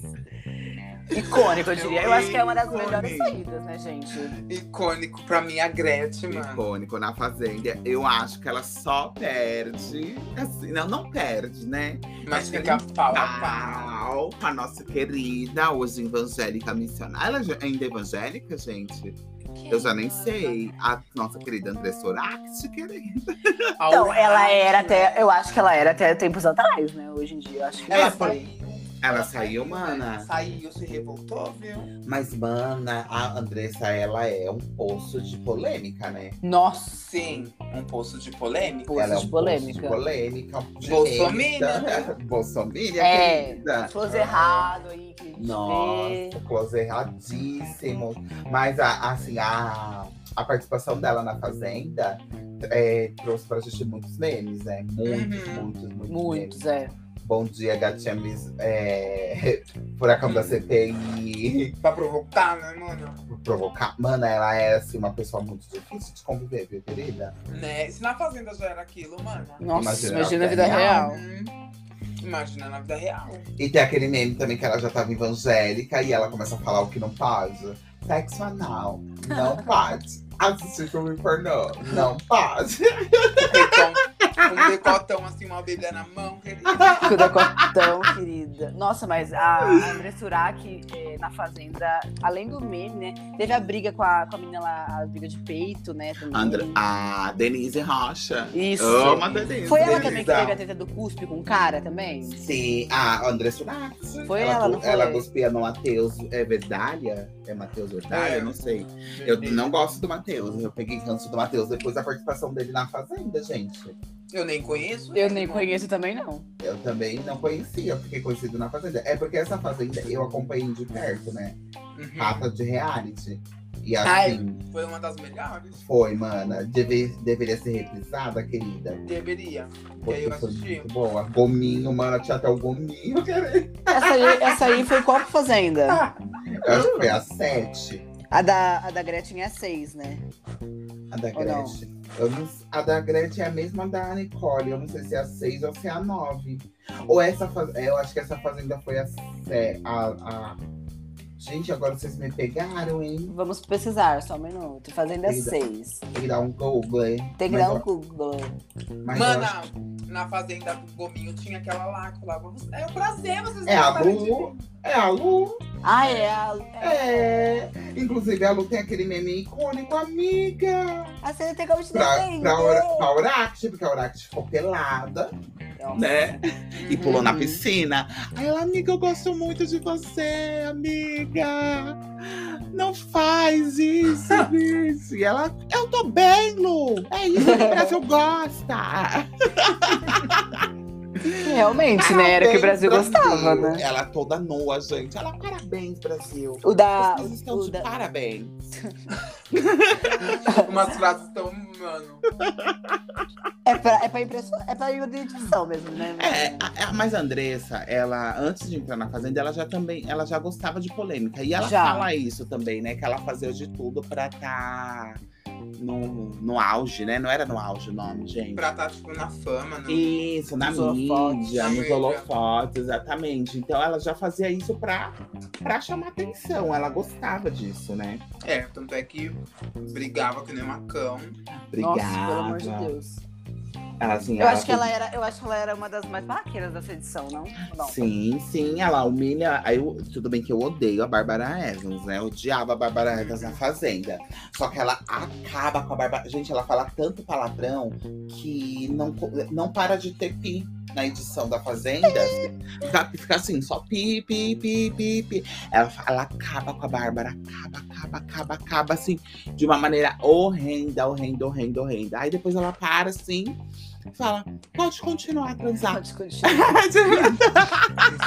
Icônico, eu diria. Eu acho que é uma das Icônico. melhores saídas, né, gente? Icônico pra mim a Gretchen, mano. Icônico na Fazenda. Eu acho que ela só perde. assim, não, não perde, né? Mas fica pau a pau. Pau com a nossa querida, hoje evangélica missionária. Ela já- ainda é evangélica, gente? Eu já nem sei. A nossa querida André Sorax, querida. Então, ela era até. Eu acho que ela era até tempos atrás, né? Hoje em dia, eu acho que né? Ela ela Ela foi. saiu. Ela saiu, mana. Saiu, se revoltou, viu? Mas, mana, a Andressa, ela é um poço de polêmica, né? Nossa, Sim, um poço de polêmica. Poço ela é de um polêmica. poço de polêmica. um de Bolsominion, hater. Bolsominion, É, querida. close errado aí que a gente vê. Nossa, close erradíssimo. Mas, a- assim, a, a participação dela na Fazenda é, trouxe pra gente muitos memes, né? Muitos, Uhum. muitos, muitos, memes. Muitos, é. Bom dia, gatinha Miss... É, furacão da CPI. Pra provocar, né, mano? provocar. Mano, ela é assim, uma pessoa muito difícil de conviver, viu, querida? Né? Se na fazenda já era aquilo, mano. Nossa, Imagina imagina, na a vida vida real. Hum, Imagina na vida real. Um E tem aquele meme também que ela já tava evangélica e ela começa a falar o que não pode. Sexo anal, não pode. Assistir filme pornô, não pode. Um decotão, um decotão assim, uma bíblia na mão, querido. Com o decotão, querida. Nossa, mas a André Surak eh, na Fazenda, além do meme, né? Teve a briga com a, com a menina lá, a briga de peito, né? Também. Andra, a Denise Rocha. Isso. Ama a Denise. Foi ela Denise, também que teve a treta do cuspe com o cara também? Sim, a André Sunax. Foi ela, não foi? Ela cuspia no Matheus é Vedalha? É Matheus Vedalha? É. Eu Não sei. Eu não gosto do Matheus. Eu peguei ranço do Matheus depois da participação dele na Fazenda, gente. Eu nem conheço. Eu nem conheço também, não. Eu também não conhecia, fiquei conhecido na Fazenda. É porque essa Fazenda eu acompanhei de perto, né? Uhum. Rata de reality. E Ai. assim, Foi uma das melhores. foi, mana. Deve- deveria ser reprisada, querida. Deveria. E aí Porque eu foi assisti. muito boa. Gominho, mana, tinha até o gominho, querida. Essa aí, essa aí foi qual Fazenda? Ah, Eu acho que foi Hum. a 7. A da, a da Gretchen é a seis, né? A da Ou não? Gretchen. Eu não s- a da Gretchen é a mesma da Nicole. Eu não sei se é a 6 ou se é a 9. Ou essa fazenda. Eu acho que essa fazenda foi a 7. A, a... Gente, agora vocês me pegaram, hein? Vamos precisar, só um minuto. Fazenda é Tem que dar- seis. Tem que dar um Google, hein? Tem que Mas dar um eu- Google. mas Ah, eu acho- Mana, na fazenda do Gominho tinha aquela lá que eu lá. vamos- É um prazer vocês É a gostarem Lu. É a Lu. Ah, é a. É. É. Inclusive, a Lu tem aquele meme icônico, amiga. A Cena tem como te Pra, defender. pra, Ora- pra Oracle, porque a Oracle ficou pelada, Nossa. né? de- E Uhum. pulou na piscina. Aí ela, amiga, eu gosto muito de você, amiga. Não faz isso, isso. E ela, eu tô bem, Lu. É isso que o Brasil gosta. Realmente, né? Era o que o Brasil Parabéns, gostava, Brasil. né? Ela toda nua, gente. Ela, parabéns, Brasil. O da. Vocês O, estão o de da parabéns. Uhum. Umas frases tão, mano. é, pra, é pra impressão. É pra identificação mesmo, né? É, a- a- mas a Andressa, ela, antes de entrar na Fazenda, ela já também, ela já gostava de polêmica. E ela Já. fala isso também, né? Que ela fazia de tudo pra tá no, no auge, né? Não era no auge o nome, gente. Pra estar, tipo, na fama, né? Isso, na Nos holofotes. mídia, Na nos mídia. holofotes, exatamente. Então ela já fazia isso pra, pra chamar atenção. Ela gostava disso, né? É, tanto é que brigava que nem uma cão. Obrigada. Nossa, pelo amor de Deus. Ela, assim, Eu acho que ela era, eu acho que ela era uma das mais barraqueiras dessa edição, não? Não. Sim, sim, ela humilha. Aí, eu- tudo bem que eu odeio a Bárbara Evans, né? Eu odiava a Bárbara Evans na Fazenda. Só que ela acaba com a Bárbara. Gente, ela fala tanto palavrão que não, co- não para de ter pi na edição da Fazenda. Fica, fica assim, só pi, pi, pi, pi, pi. Ela, fa- ela acaba com a Bárbara, acaba, acaba, acaba, acaba, assim, de uma maneira horrenda, horrenda, horrenda, horrenda. Aí depois ela para assim. Fala, pode continuar a transar. Pode continuar.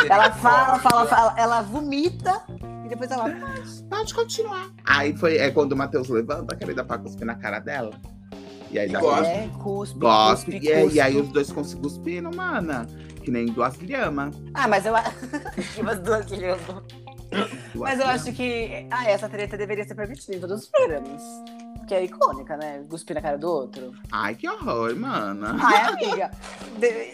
Ela fala, fala, fala, ela vomita e depois ela. Pode continuar. Aí foi é quando o Matheus levanta, querida, pra cuspir na cara dela. E aí dá Gosta. É, cuspe, Gosta. é, cuspe, E, aí- cuspe. e aí os dois conseguem cuspindo, mana. Que nem duas lhamas. Ah, mas eu. a- Umas duas lhamas. Mas eu acho que ah, essa treta deveria ser permitida em todos os programas. Porque é icônica, né? Cuspir na cara do outro. Ai, que horror, mana. Ai, amiga. de-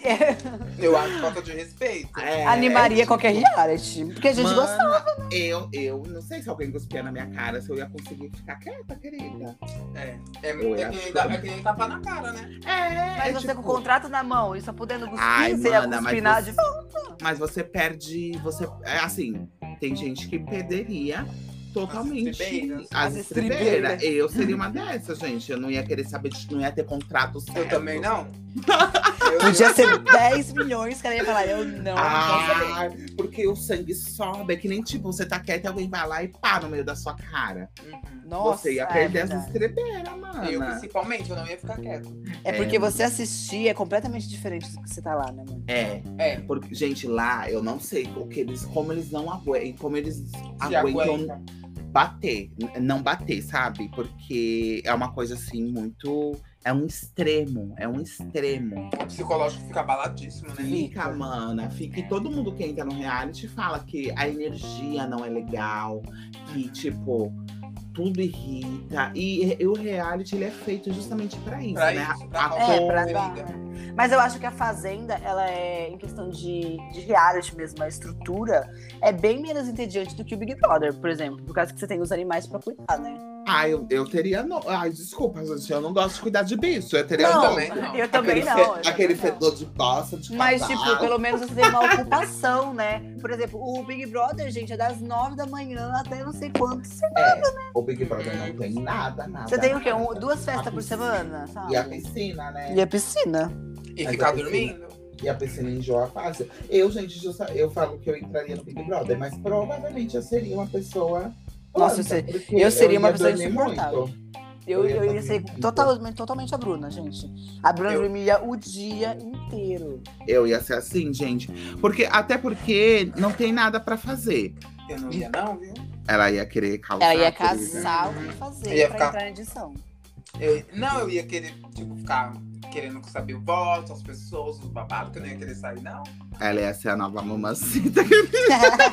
Eu acho falta de respeito. É, Animaria tipo, qualquer reality. Porque a gente mana, gostava. Eu, eu não sei se alguém cuspia na minha cara, se eu ia conseguir ficar quieta, querida. É, é, Eu é, que acho. nem dar- é que nem tapa na cara, né? É, Mas é você tipo- com o contrato na mão e só podendo cuspir, Ai, você ia mana, mas cuspir na você- de volta. Mas você perde. Você, é assim, tem gente que perderia totalmente As estribeiras. as As estribeiras. Eu seria uma dessas, gente. Eu não ia querer saber, de- não ia ter contrato certo. Eu também não. Podia ser 10 milhões que ela ia falar, eu não, não quero saber. Ah, porque o sangue sobe, é que nem tipo, você tá quieto e alguém vai lá e pá no meio da sua cara. Uhum. Nossa, você ia é perder as verdade. estrebeiras, mano. Eu, principalmente, eu não ia ficar quieto. É porque você assistir é completamente diferente do que você tá lá, né, mano? É, É. porque, gente, lá eu não sei o que eles, como eles não aguentam, como eles Se aguentam aguenta. bater, n- não bater, sabe? Porque é uma coisa assim muito. É um extremo, é um extremo. O psicológico fica abaladíssimo, né? Fica, mana, fica. E todo mundo que entra no reality fala que a energia não é legal, que, tipo, tudo irrita. E, re- e o reality, ele é feito justamente pra isso, Pra né? isso, pra A- causar É, a- pra Comida. Mas eu acho que a Fazenda, ela é, em questão de, de reality mesmo, a estrutura é bem menos entediante do que o Big Brother, por exemplo. Por causa que você tem os animais pra cuidar, né? Ah, eu, eu teria. No... Ai, desculpa, gente, eu não gosto de cuidar de bicho. Eu teria Eu Não, nojo. também não. Eu também aquele não. fe- eu também aquele não. fedor de bosta, de Mas, cavalo. tipo, pelo menos você tem uma ocupação, né? Por exemplo, o Big Brother, gente, é das nove da manhã até não sei quanto. Você, É, o Big Brother não tem nada, nada. você tem o quê? Um- nada. duas festas por piscina. semana, sabe? E a piscina, né? E a piscina. E Mas ficar é isso. dormindo? E a piscina enjoa fácil. Eu, gente, justa- eu falo que eu entraria no Big Brother, mas provavelmente eu seria uma pessoa. Nossa, planta, eu sei- porque eu seria uma ia pessoa dormir insuportável. muito. Eu, Eu ia eu ia fazer ser isso. totalmente, totalmente a Bruna, gente. A Bruna Eu- dormia o dia inteiro. Eu ia ser assim, gente. Porque, até porque não tem nada pra fazer. Eu não ia, não, viu? Ela ia querer causar. Ela ia querida. caçar o que fazer Ia pra ficar- entrar na edição. Eu- não, eu ia querer, tipo, ficar querendo saber o voto, as pessoas, os babados, que eu não ia querer sair, não. Ela ia ser a nova mamacita.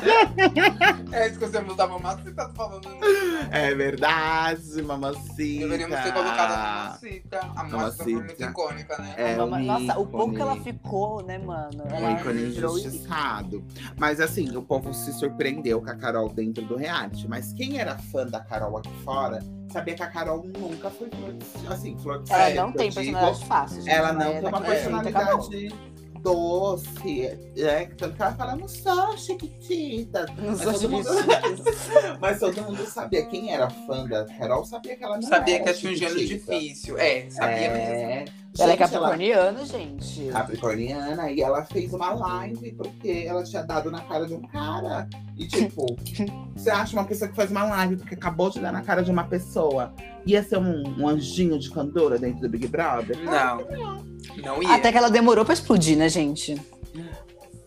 É isso que os membros da mamacita estão falando. né? É verdade, mamacita. Deveríamos ter colocado a mamacita. A mamacita foi muito Mamacita. icônica, né? É Mama- um Nossa, o pouco que ela ícone. ficou, né, mano? Um Ela ícone virou injustiçado. Mas assim, o povo se surpreendeu com a Carol dentro do reality. Mas quem era fã da Carol aqui fora sabia que a Carol nunca foi flor de- assim, flor de Ela sexo, não tem eu digo. personalidade fácil, gente. é Ela não tem uma daquele jeito, acabou. personalidade doce. Né? Tanto que ela fala, não sou chiquitita. Não Mas sou todo mundo- chiquitita. Mas todo mundo sabia quem era fã da Carol, sabia que ela não Sabia era que ia ser um gênero chiquitita. difícil. É, sabia mesmo. É. Ela Gente, ela- é capricorniana, gente. capricorniana e ela fez uma live porque ela tinha dado na cara de um cara. E tipo, você acha uma pessoa que faz uma live porque acabou de dar na cara de uma pessoa, ia ser um, um anjinho de candura dentro do Big Brother? Não, não ia. Até que ela demorou pra explodir, né, gente?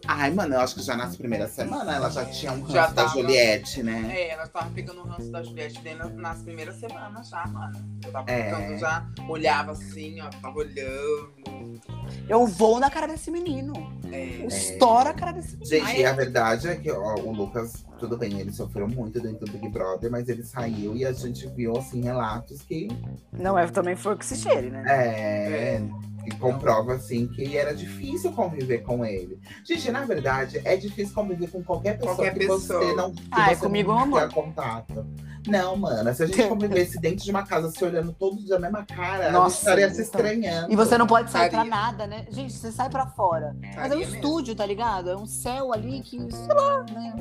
Ai, mano, eu acho que já nas primeiras semanas ela já tinha um ranço Já da tava. Juliette, né? É, ela tava pegando o ranço da Juliette bem nas, nas primeiras semanas já, mano. Eu tava É. ficando já, olhava assim, ó, tava olhando. Eu vou na cara desse menino. É. Eu estouro a cara desse menino. Gente, Ai, e a verdade é que ó, o Lucas, tudo bem, ele sofreu muito dentro do Big Brother, mas ele saiu e a gente viu, assim, relatos que Não, é também foi que se cheire, né? É, que comprova assim que era difícil conviver com ele. Gente, na verdade, é difícil conviver com qualquer pessoa Qualquer que você pessoa. não que Ah, é você comigo é um não amor. tenha contato. Não, mana, se a gente convivesse dentro de uma casa se olhando todos da mesma cara, a gente Nossa, estaria se então. estranhando. E você não pode sair pra Faria. nada, né? Gente, você sai pra fora. Mas é um Faria mesmo. estúdio, tá ligado? É um céu ali que, sei lá, né?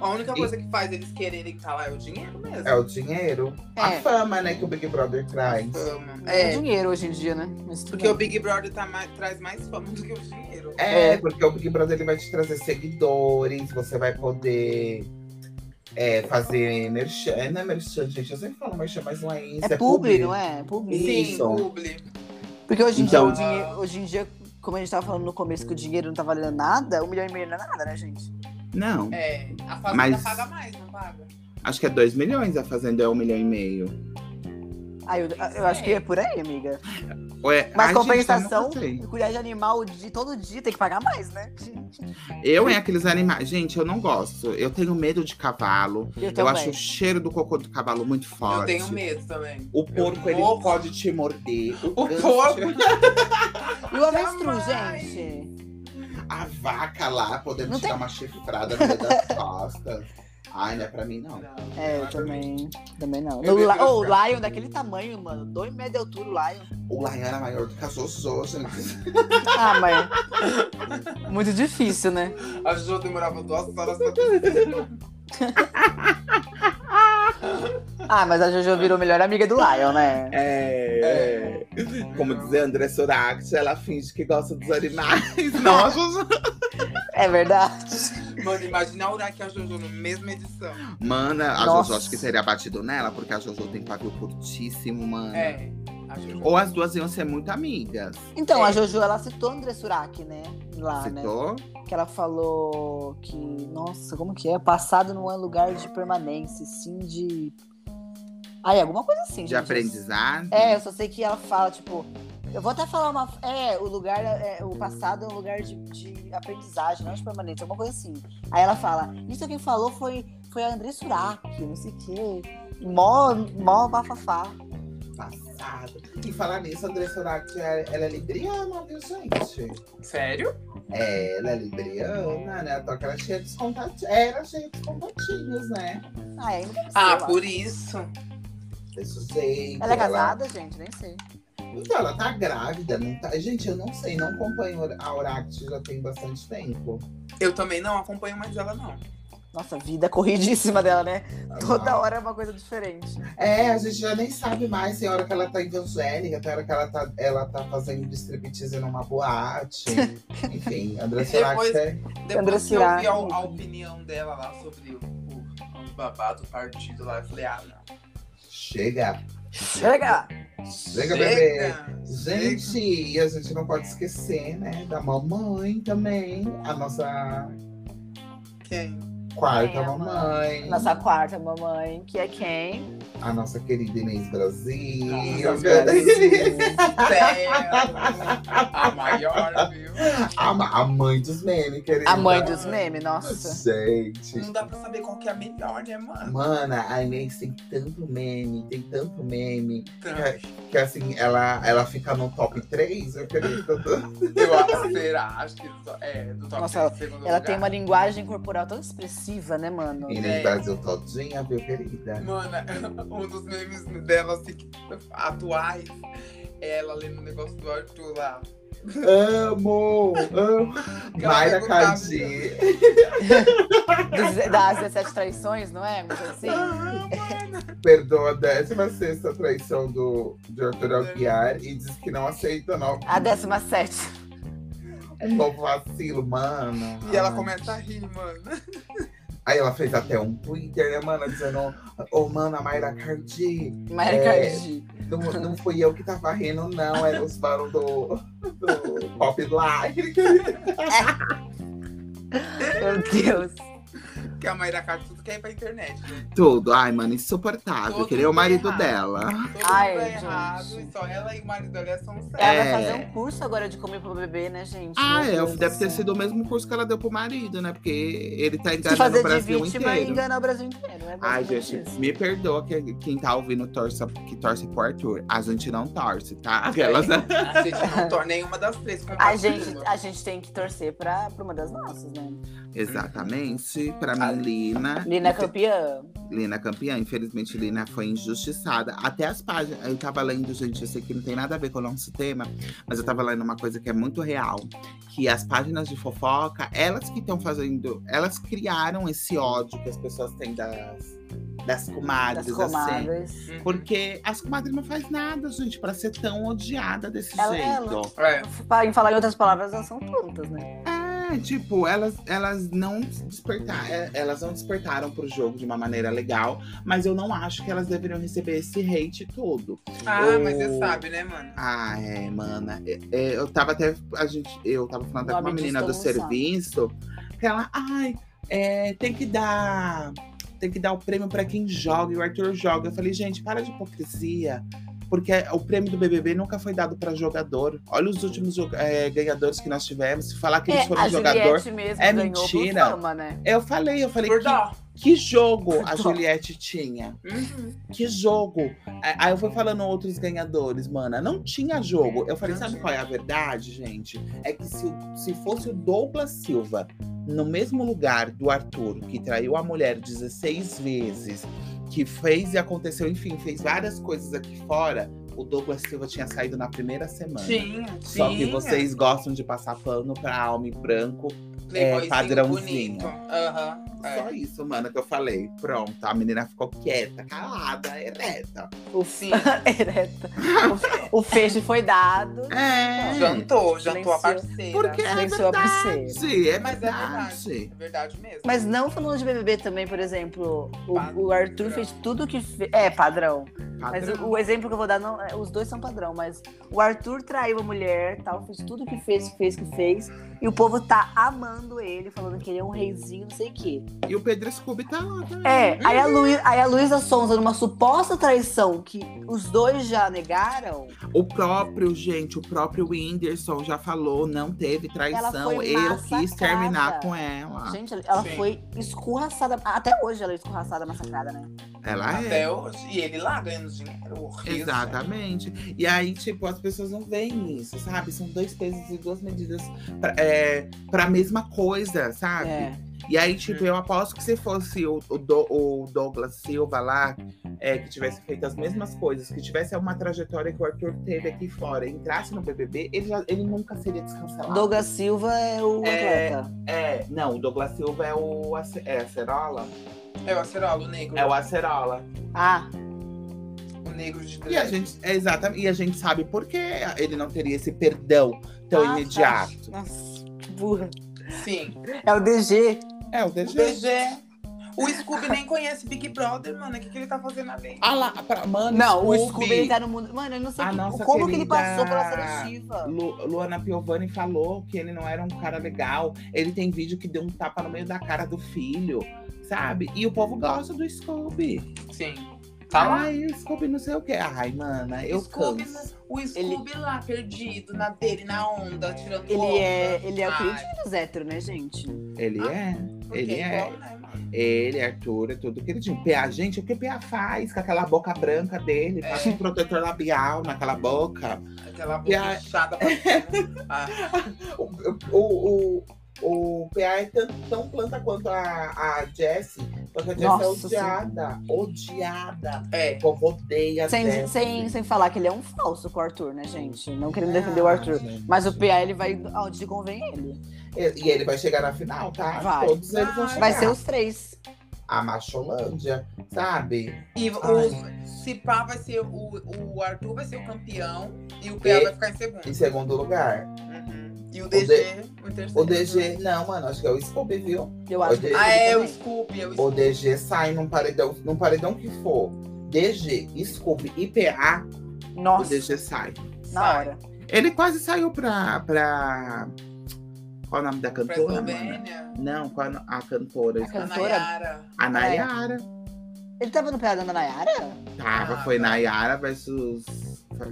A única coisa que faz eles quererem estar lá é o dinheiro mesmo. É o dinheiro. A É. fama, né, que o Big Brother traz. Fama. É, É. dinheiro hoje em dia, né? Mas tudo porque o bem. Big Brother tá mais- traz mais fama do que o dinheiro. É, porque o Big Brother ele vai te trazer seguidores, você vai poder é, fazer merchan. É, não é merchan, gente, eu sempre falo merchan, mas não é isso. é publi, não é? É publi. Sim, Isso. publi. Porque hoje em, Então- dia, o dinhe- hoje em dia, como a gente tava falando no começo, que o dinheiro não tá valendo nada, um milhão e meio não é nada, né, gente? Não, É, a fazenda Mas- paga mais, não paga? acho que é 2 milhões a Fazenda é 1 um milhão e meio. Aí eu, eu acho que é por aí, amiga. Ué, ai, é, Mas gente, tá compensação, eu não sei. cuidar de animal de todo dia tem que pagar mais, né? Eu, hein, aqueles animais. Gente, eu não gosto. Eu tenho medo de cavalo. Eu Eu também. acho o cheiro do cocô do cavalo muito forte. Eu tenho medo também. O porco, ele porco. pode te morder. O ganso- porco. E o avestruz, Jamais. gente? A vaca lá, podendo Não te dar uma chifrada no meio das costas. Ai, não é pra mim, não. É, eu também. Também não. Eu O é la- prefiro Ô, o ficar- Lion daquele tamanho, mano. Dois metros de altura, o Lion. O Lion era maior do que a Zozo, gente. Ah, mas. Muito difícil, né? A Jo demorava duas horas pra ter Ah, mas a Jojo virou melhor amiga do Lion, né? É. Como dizer André Surak, ela finge que gosta dos animais. Não, a Zozo. É verdade. assim? Mano, imagina a Uraki e a Jojo na mesma edição. Mana, a Nossa. Jojo acho que teria batido nela, porque a Jojo tem pavio curtíssimo, mano. É. A Jojo. Ou as duas iam ser muito amigas. Então, a Jojo, ela citou André Surak, né? Lá, né? Citou? Que ela falou que, nossa, como que é? Passado não é lugar de permanência, sim de. Ai, alguma coisa assim. De gente. aprendizado. É, eu só sei que ela fala, tipo. Eu vou até falar uma. É, o lugar. é, o passado é um lugar de, de aprendizagem, não de permanência, alguma coisa assim. Aí ela fala: Isso quem falou foi, foi a André Surak, não sei o quê. Mó, mó bafafá. Passado. E falar nisso, a Andressa Urach, ela é libriana, viu, gente? Sério? É, ela é libriana, né? Então, que ela é cheia dos contatinhos. Era cheia dos contatinhos, né? Ah, é, não sei Ah, lá. por isso. Desse jeito. Ela é casada, gente? Nem sei. Então, ela tá grávida, não tá. Gente, eu não sei, não acompanho a Urach já tem bastante tempo. Eu também não acompanho mais ela, não. Nossa, a vida é corridíssima dela, né? Toda hora é uma coisa diferente. É, a gente já nem sabe mais. Tem hora que ela tá evangélica, tem hora que ela tá, ela tá fazendo striptease numa boate. Enfim, André Sorak Depois- é. André Depois que eu Cirá. vi a, a opinião dela lá sobre o, o, o babado do partido lá, eu falei, ah, não. Chega. Chega! Chega, bebê. Gente, e a gente não pode esquecer, né? Da mamãe também. A nossa Quem? quarta Quem é a mamãe. Nossa quarta mamãe, que é quem? A nossa querida Inês Brasil. Nossa, Brasil. Dela. A maior, viu? A, ma- a mãe dos memes, querida. A mãe dos memes, nossa. Gente. Não dá pra saber qual que é a melhor, né, mano? Mana, a Inês tem tanto meme, tem tanto meme. Então, Que assim, ela, ela fica no top 3, eu acredito. eu acho, será, acho que só- é, do top Nossa, três, segundo Ela lugar. tem uma linguagem corporal tão expressiva, né, mano? Inês Brasil todinha, viu, querida? Mano, um dos memes dela, assim, que- atuais, é ela lendo o negócio do Arthur lá. Amo! Amo! Mayra perguntava- Cardi. Dos- Das 17 traições, não é? Uma coisa assim. perdoa a 16 traição do, de Arthur Aguiar e diz que não aceita não. A 17. Um novo vacilo, mano. E ela Ai. começa a rir, mano. Aí ela fez até um Twitter, né, mano? Dizendo, ô, mano, a Mayra Cardi, Mayra É. Cardi. não, não fui eu que tava rindo, não. Era os barulhos do, do Pop Live. Meu Deus. Que a Mayra Cardi tudo quer ir pra internet. né? Tudo. Ai, mano, insuportável. Tudo Queria o marido errado. dela. Todo Ai, mundo é gente. errado, e só ela e o marido dela são certos. Ela vai É. Ah, fazer um curso agora de comer pro bebê, né, gente? Meu Deus do céu. o mesmo curso que ela deu pro marido, né? Porque ele tá Se fazer de vítima e enganar o Brasil inteiro, né? Ai, Basicamente gente, isso. me perdoa que, quem tá ouvindo torça, que torce pro Arthur. A gente não torce, tá? Aquelas. A gente não torna nenhuma das três. A compartilha. gente, a gente tem que torcer pra, pra uma das nossas, né? Exatamente. Pra mim, Lina. Lina é campeã. Lina campeã. Infelizmente, Lina foi injustiçada. Até as páginas. Eu tava lendo, gente, eu sei que não tem nada a ver com o nosso tema, mas eu tava lendo uma coisa que é muito real. Que as páginas de fofoca, elas que estão fazendo. Elas criaram esse ódio que as pessoas têm das, das comadres, das assim. comadres. Uhum. Porque as comadres não faz nada, gente, pra ser tão odiada desse Ela- jeito. ela- É. Pra- Em falar em outras palavras, elas são tontas, né? É, tipo, elas, elas não despertar, é, elas não despertaram pro jogo de uma maneira legal, mas eu não acho que elas deveriam receber esse hate todo. Ah, O- mas você sabe, né, mano? Ah, é, mana. é, é, eu tava até. A gente, eu tava falando até com Nome uma disso menina do todo mundo sabe. serviço que ela, ai, é, tem que dar. Tem que dar o prêmio pra quem joga, e o Arthur joga. Eu falei, gente, para de hipocrisia. porque o prêmio do BBB nunca foi dado para jogador. Olha os últimos jo- eh, ganhadores que nós tivemos. Se falar que eles É, a foram jogador. Juliette mesmo é ganhou por mentira. fama, né? Eu falei, eu falei Por que, dó. que jogo a Por dó. Juliette tinha. Uhum. Que jogo? É, Aí eu fui falando outros ganhadores, mana. Não tinha jogo. Eu falei, Não sabe tinha. qual é a verdade, gente? É que se, o- se fosse o Douglas Silva no mesmo lugar do Arthur, que traiu a mulher 16 vezes, que fez e aconteceu, enfim, fez várias coisas aqui fora, o Douglas Silva tinha saído na primeira semana. Tinha, Só que tinha. vocês gostam de passar pano pra alma em branco. Playboyzinho é, padrãozinho. bonito. Aham. Só é. isso, mana, que eu falei. Pronto, a menina ficou quieta, calada, ereta. O Sim. Ereta. O, o feixe foi dado. É. Jantou, jantou a Silenciou. parceira. Porque é Tem sua verdade, é Mas é verdade. verdade. É verdade mesmo. Mas não falando de BBB também, por exemplo, o, o Padrão. Arthur fez tudo que fez. É, padrão. Mas Padrão. o, o exemplo que eu vou dar, não, é- os dois são padrão, mas o Arthur traiu a mulher, tal, fez tudo que fez, que fez, que fez. E o povo tá amando ele, falando que ele é um reizinho, não sei o quê. E o Pedro Scooby tá lá também. É, aí a, Luí- aí a Luísa Sonza, numa suposta traição que os dois já negaram, O próprio, gente, o próprio Whindersson já falou, não teve traição. foi Eu quis massacrada. terminar com ela. gente, ela Sim. foi escorraçada. Até hoje ela é escorraçada, massacrada, né? Ela é. Até hoje. E ele lá ganhando dinheiro. Horrível. Exatamente. E aí, tipo, as pessoas não veem isso, sabe? São dois pesos e duas medidas pra, é, pra mesma coisa, sabe? É. E aí, tipo, eu aposto que se fosse o, o Do- o Douglas Silva lá, é, que tivesse feito as mesmas coisas, que tivesse uma trajetória que o Arthur teve aqui fora, entrasse no BBB, ele, já- ele nunca seria descancelado. Douglas Silva é o É. atleta. É, não, o Douglas Silva é o Ace- é Acerola? É o acerolo negro. É o Acerola. Ah, o negro de E a dread. gente, é, exatamente, e a gente sabe por que ele não teria esse perdão tão então Ah, imediato. nossa, que burra. Sim. É o DG. É, o O DG. DG. O Scooby nem conhece Big Brother, mano. O que, que ele tá fazendo ali? Ah lá, pra, mano, Não, o Scooby. Scooby ele tá no mundo. Mano, eu não sei A que- nossa como que ele querida- passou pela seletiva. Lu- Luana Piovani falou que ele não era um cara legal. Ele tem vídeo que deu um tapa no meio da cara do filho, sabe? E o povo gosta do Scooby. Sim. Tá lá. Ai, o Scooby não sei o quê. Ai, mana, eu Scooby, canso. O Scooby lá, perdido, na dele, na onda, tirando Ele onda. é, ele é o Ai, queridinho dos héteros, né, gente? Ele é. porque Ele é. igual, né, mano? Ele, Arthur, é tudo queridinho. PA, gente, o que PA faz com aquela boca branca dele? Passa um protetor labial naquela boca. Aquela E a- boca inchada pra cima. Ah, O, o, o, o PA é tão, tão planta quanto a, a Jessie. Só que a Jessie é Nossa odiada. Odiada. é. O povo odeia a Sem, Jessie. sem, sem falar que ele é um falso com o Arthur, né, gente? Não querendo defender o Ah, Arthur. gente. Mas o PA ele vai aonde convém ele. E, e ele vai chegar na final, tá? Vai. Todos eles vão chegar. Vai ser os três. A Macholândia, sabe? E o, se pá, vai ser o, o Arthur vai ser o campeão e o PA E- vai ficar em segundo. Em segundo lugar. Uhum. E o D- DG, o terceiro. O DG, não, mano, acho que é o Scooby, viu? Eu acho que Ah, Ah, é, o ele Scooby, é o O Scooby. DG sai num paredão, num paredão que for. DG, Scooby e PA, também. o Nossa, DG é, sai. na hora. Ele quase saiu pra. pra... Qual é o nome da Pra cantora? Mana? Eslovênia. Não, qual é a a cantora? A A Cantora? Nayara. A Nayara. Ele tava no PA da Nayara? Tava, Ah, foi tá. Nayara versus,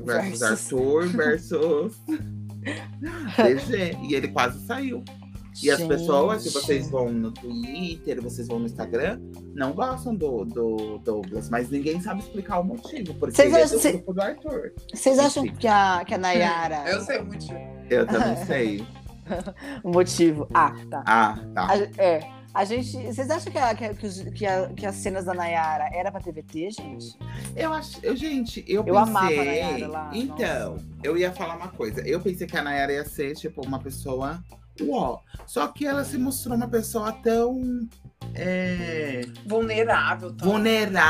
versus Versus. Arthur versus DG. E ele quase saiu. E as Gente. pessoas, se vocês vão no Twitter, vocês vão no Instagram, não gostam do, do Douglas. Mas ninguém sabe explicar o motivo. Porque Vocês ele é acham- do cê- grupo do Arthur. Vocês acham que a, que a Eu Nayara. sei muito. Eu também sei. O motivo. Ah, tá. Ah, tá. A- é. A gente. Vocês acham que, a- que, a- que os- que a- que as cenas da Nayara era pra TVT, gente? Eu acho, eu, gente, eu, pensei. Eu amava a Nayara lá, então, eu ia falar uma coisa. Eu pensei que a Nayara ia ser, tipo, uma pessoa uó. Só que ela se mostrou uma pessoa tão é, Vulnerável. Tão,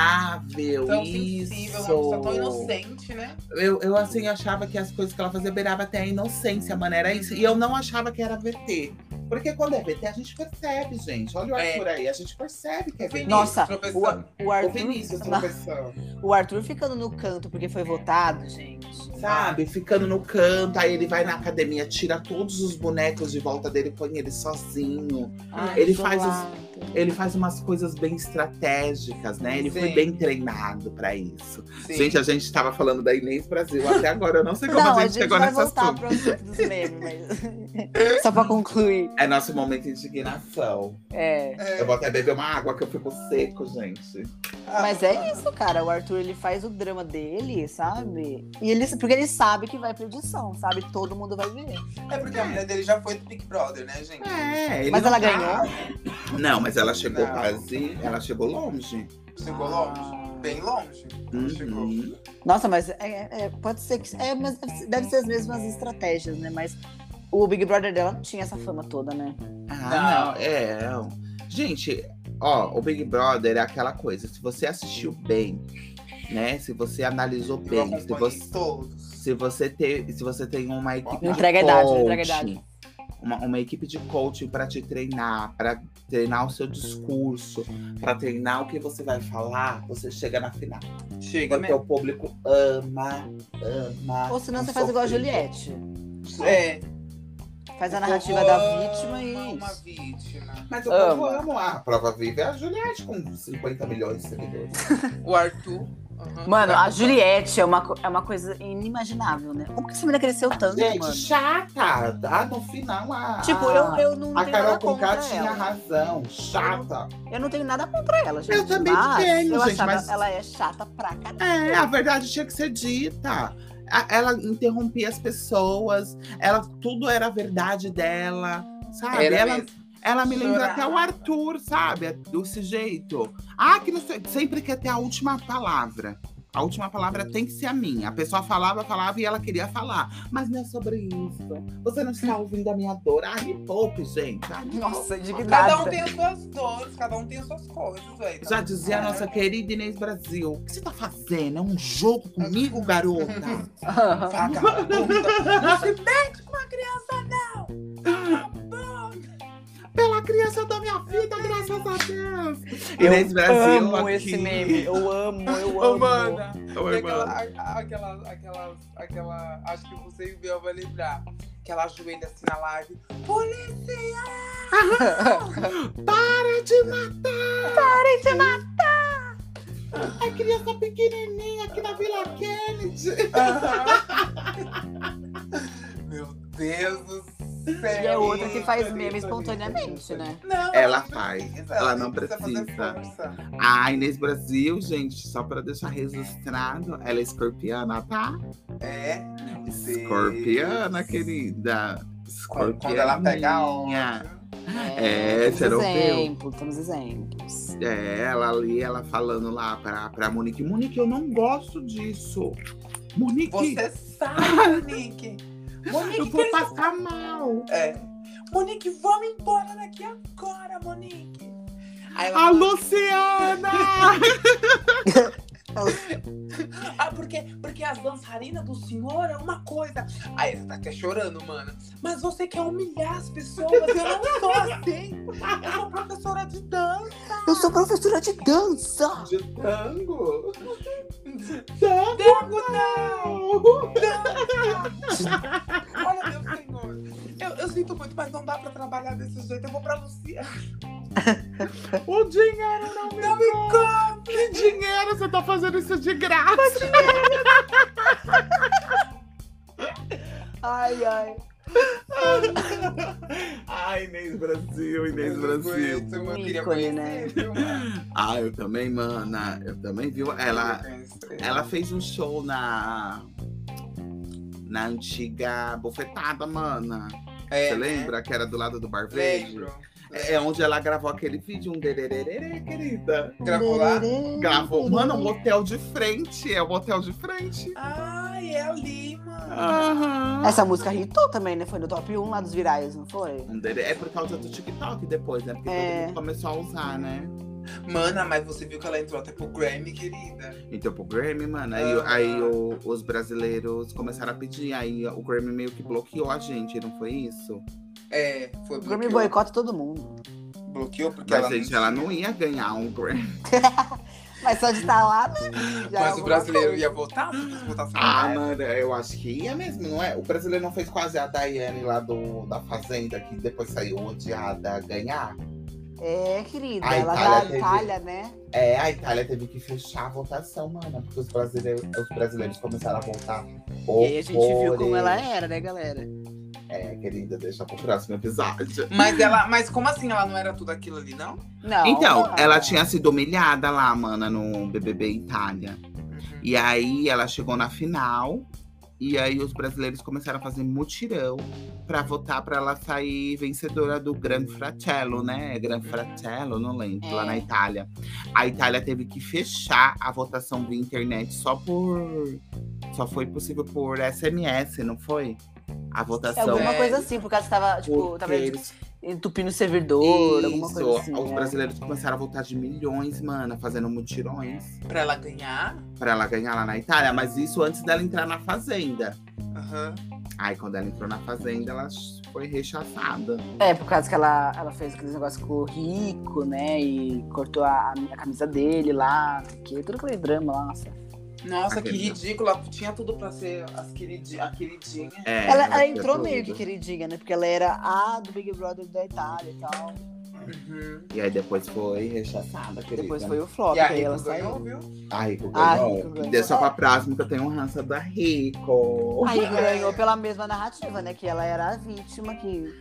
vulnerável. Tão isso. sensível, uma pessoa tão inocente, né? Eu, eu, assim, achava que as coisas que ela fazia beirava até a inocência, mano. Era isso. E eu não achava que era VT. Porque quando é VT, a gente percebe, gente. Olha o É. Arthur aí, a gente percebe que é VT. Nossa, tropeçando. o, Ar- o O Arthur. Vinícius, essa pessoa. O Arthur ficando no canto porque foi votado, gente. Sabe? Ficando no canto, aí ele vai na academia, tira todos os bonecos de volta dele, põe ele sozinho. Ai, Ele tô faz lá. ele faz umas coisas bem estratégicas, né? Ele foi Sim. bem treinado pra isso. Sim. Gente, a gente tava falando da Inês Brasil até agora. Eu não sei como Não, a gente chegou vai nesse voltar assunto. pro assunto dos memes, mas... Só pra concluir. É nosso momento de indignação. É. É, Eu vou até beber uma água que eu fico seco, gente. Ah, Mas é isso, cara. O Arthur, ele faz o drama dele, sabe? E ele, porque ele sabe que vai pra edição, sabe? Todo mundo vai ver. é porque a mulher dele já foi do Big Brother, né, gente? É, ele Mas não ela tá- ganhou? Não, mas ela chegou Não. quase. Ela chegou longe. Chegou longe. Bem longe. Ah. Uhum. Chegou. Nossa, mas é- é- pode ser que. É, mas deve ser as mesmas estratégias, né? Mas o Big Brother dela não tinha essa fama toda, né? Ah, não. é. Gente, ó, o Big Brother é aquela coisa. Se você assistiu bem, né? Se você analisou Eu bem, se acompanhei você todos. se você tem, se você tem uma equipe Não de entrega a idade, não coaching, entrega a idade. Uma, uma equipe de coaching para te treinar, para treinar o seu discurso, para treinar o que você vai falar, você chega na final. Chega Porque mesmo. é o público ama, ama. Ou senão um você faz igual a sofrido. Juliette. É. Faz a tá narrativa da vítima e. é Uma isso. vítima. Mas o Ama. povo ama. A prova viva é a Juliette com 50 milhões de seguidores. O Arthur. aham. Mano, a Juliette é uma, co- é uma coisa inimaginável, né? Como que essa menina cresceu tanto, Gente, mano? chata. Ah, no final a. Tipo, eu, eu não A tenho Carol nada Conká contra tinha ela. razão. Chata. Eu não tenho nada contra ela, gente. também não mas tenho, eu gente, achava mas- ela é chata pra caralho. É, a verdade tinha que ser dita. A- Ela interrompia as pessoas, ela tudo era a verdade dela, sabe? Era ela, mesmo. ela me lembra Chorava. até o Arthur, sabe? Desse jeito. Ah, que não sei, sempre quer ter a última palavra. A última palavra tem que ser a minha. A pessoa falava, falava e ela queria falar. Mas não é sobre isso. Você não está ouvindo a minha dor. Ah, me poupe, gente. Ah, me poupe. Nossa, Cada um indignada. tem as suas dores, cada um tem as suas coisas, velho. um é Já dizia a nossa querida Inês Brasil. O que você tá fazendo? É um jogo comigo, garota? Vagabunda. Não se mete com a criança. pela criança da minha vida, graças a Deus. Inês Brasil amo aqui. esse meme. Eu amo, eu Ô, amo. mana. Oi, Tem aquela, mano. a- aquela, aquela, aquela, acho que você e o Biel vai lembrar. Que ela ajoelha assim na live. Polícia! Para de matar! Para de matar! A criança pequenininha aqui na Vila Kennedy. Meu Deus do céu! E é outra que faz meme espontaneamente, né? Não, Ela não faz, precisa, ela não precisa. Fazer força. A Ah, Inês Brasil, gente, só pra deixar registrado, ela é escorpiana, tá? É. meu Deus. Escorpiana, querida. Escorpiana. Quando, quando ela pega a onda. É, você não temos viu? exemplo, temos exemplos. É, ela ali, ela falando lá pra, pra Monique. Monique, eu não gosto disso. Monique, Você sabe, Nick. Monique, eu vou quer- passar mal. É. Monique, vamos embora daqui agora, Monique. Aí ela A Luciana! Ah, porque, porque as dançarinas do senhor é uma coisa. Aí você tá até chorando, mano. Mas você quer humilhar as pessoas. Eu não sou assim. Eu sou professora de dança. Eu sou professora de dança! De tango? Tango, não! Tango! Olha, meu senhor. Eu, eu sinto muito, mas não dá pra trabalhar desse jeito. Eu vou pra Luciana. O dinheiro não me Não me engano. Que dinheiro você tá fazendo isso de graça? Ai, ai. Ai, Inês Brasil, Inês Brasil. Eu queria Ícone, né? conhecer, viu, mano? Ah, eu também, mana. Eu também vi. Eu Ela, queria conhecer. Ela fez um show na. Na antiga bofetada, mana. É, Você né? lembra? Que era do lado do Bar Verde? Lembro. É é onde ela gravou aquele vídeo, um derererê, querida. Gravou lá? Gravou. Mano, um hotel de frente. É o hotel de frente. Ai, é ali, mano. Aham. Essa música hitou também, né? Foi no top 1 lá dos virais, não foi? Um dererê. É por causa do TikTok depois, né? Porque É. todo mundo começou a usar, né? Mana, mas você viu que ela entrou até pro Grammy, querida. Então, pro Grammy, mano. Aí, Ah. aí o- os brasileiros começaram a pedir. Aí o Grammy meio que bloqueou a gente, não foi isso? É, foi O Grammy bloqueou. boicota todo mundo. Bloqueou porque Mas, ela, gente, ela não ia ganhar um Grammy. Mas só de estar lá, né? já é Mas o alguma brasileiro coisa. ia votar? Se fosse votação Ah, direta. mano, eu acho que ia mesmo, não é? O brasileiro não fez quase a Daiane lá do, da Fazenda, que depois saiu odiada a ganhar. É, querida, A ela Itália da teve- Itália, né? É, a Itália teve que fechar a votação, mano, porque os brasileiros, os brasileiros começaram a votar. E aí a gente viu como ela era, né, galera? É, querida, deixa pro próximo episódio. Mas ela. Mas como assim ela não era tudo aquilo ali, não? Não. Então, não. ela tinha sido humilhada lá, mana, no BBB Itália. E aí ela chegou na final. E aí os brasileiros começaram a fazer mutirão pra votar pra ela sair vencedora do Gran Fratello, né? Gran Fratello, não lembro, lá É. na Itália. A Itália teve que fechar a votação via internet só por só foi possível por SMS, não foi? A É votação alguma coisa assim, porque ela estava, tipo, porque tava eles entupindo o servidor, alguma coisa assim. os né? brasileiros começaram a voltar de milhões, mana, fazendo mutirões Pra ela ganhar. pra ela ganhar lá na Itália, mas isso antes dela entrar na fazenda. Aham. Aí quando ela entrou na fazenda, ela foi rechaçada. É, por causa que ela, ela fez aqueles negócios com o Rico, né? E cortou a, a camisa dele lá, não sei o quê, todo aquele drama lá, É, nossa. Nossa, que Aquele- ridícula. Tinha tudo pra ser as queridi- a queridinha. É, Ela, ela tinha entrou tudo. meio que queridinha, né? Porque ela era a do Big Brother da Itália e tal. Uhum. E aí depois foi rechaçada, querida. Depois foi o flop, E a aí ela Rico saiu. ganhou, viu? A Rico Ah, ganhou. Rico ganhou. Deixa só pra próxima que eu tenho um ranço da Rico. Aí ganhou pela mesma narrativa, né? Que ela era a vítima, que.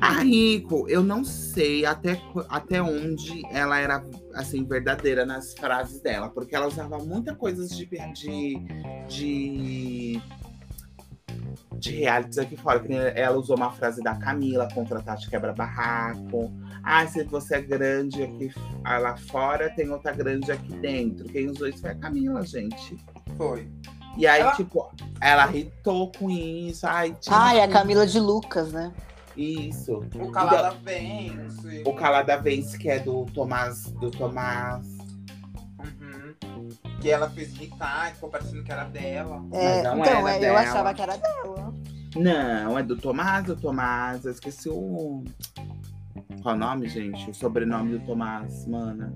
A Tá Rico, eu não sei até, qu- até onde ela era assim verdadeira nas frases dela, porque ela usava muita coisas de de de, de realities aqui fora. que nem Ela usou uma frase da Camila contra a Tati quebra barraco. Ah, se você é grande aqui f- ah, lá fora, tem outra grande aqui dentro. Quem usou isso foi a Camila, gente. Foi. E aí, Ela- tipo, ela irritou com isso. Ai, tinha Ai, a Camila de Lucas, né? isso. O Calada vem. não sei. O Calada Vence, que é do Tomás. Do Tomás. Uhum. Que ela fez irritar, ficou parecendo que era dela. É, Mas não então, era é, eu dela. achava que era dela. Não, é do Tomás, do Tomás. Eu esqueci o. Qual é o nome, gente? O sobrenome do Tomás, mana.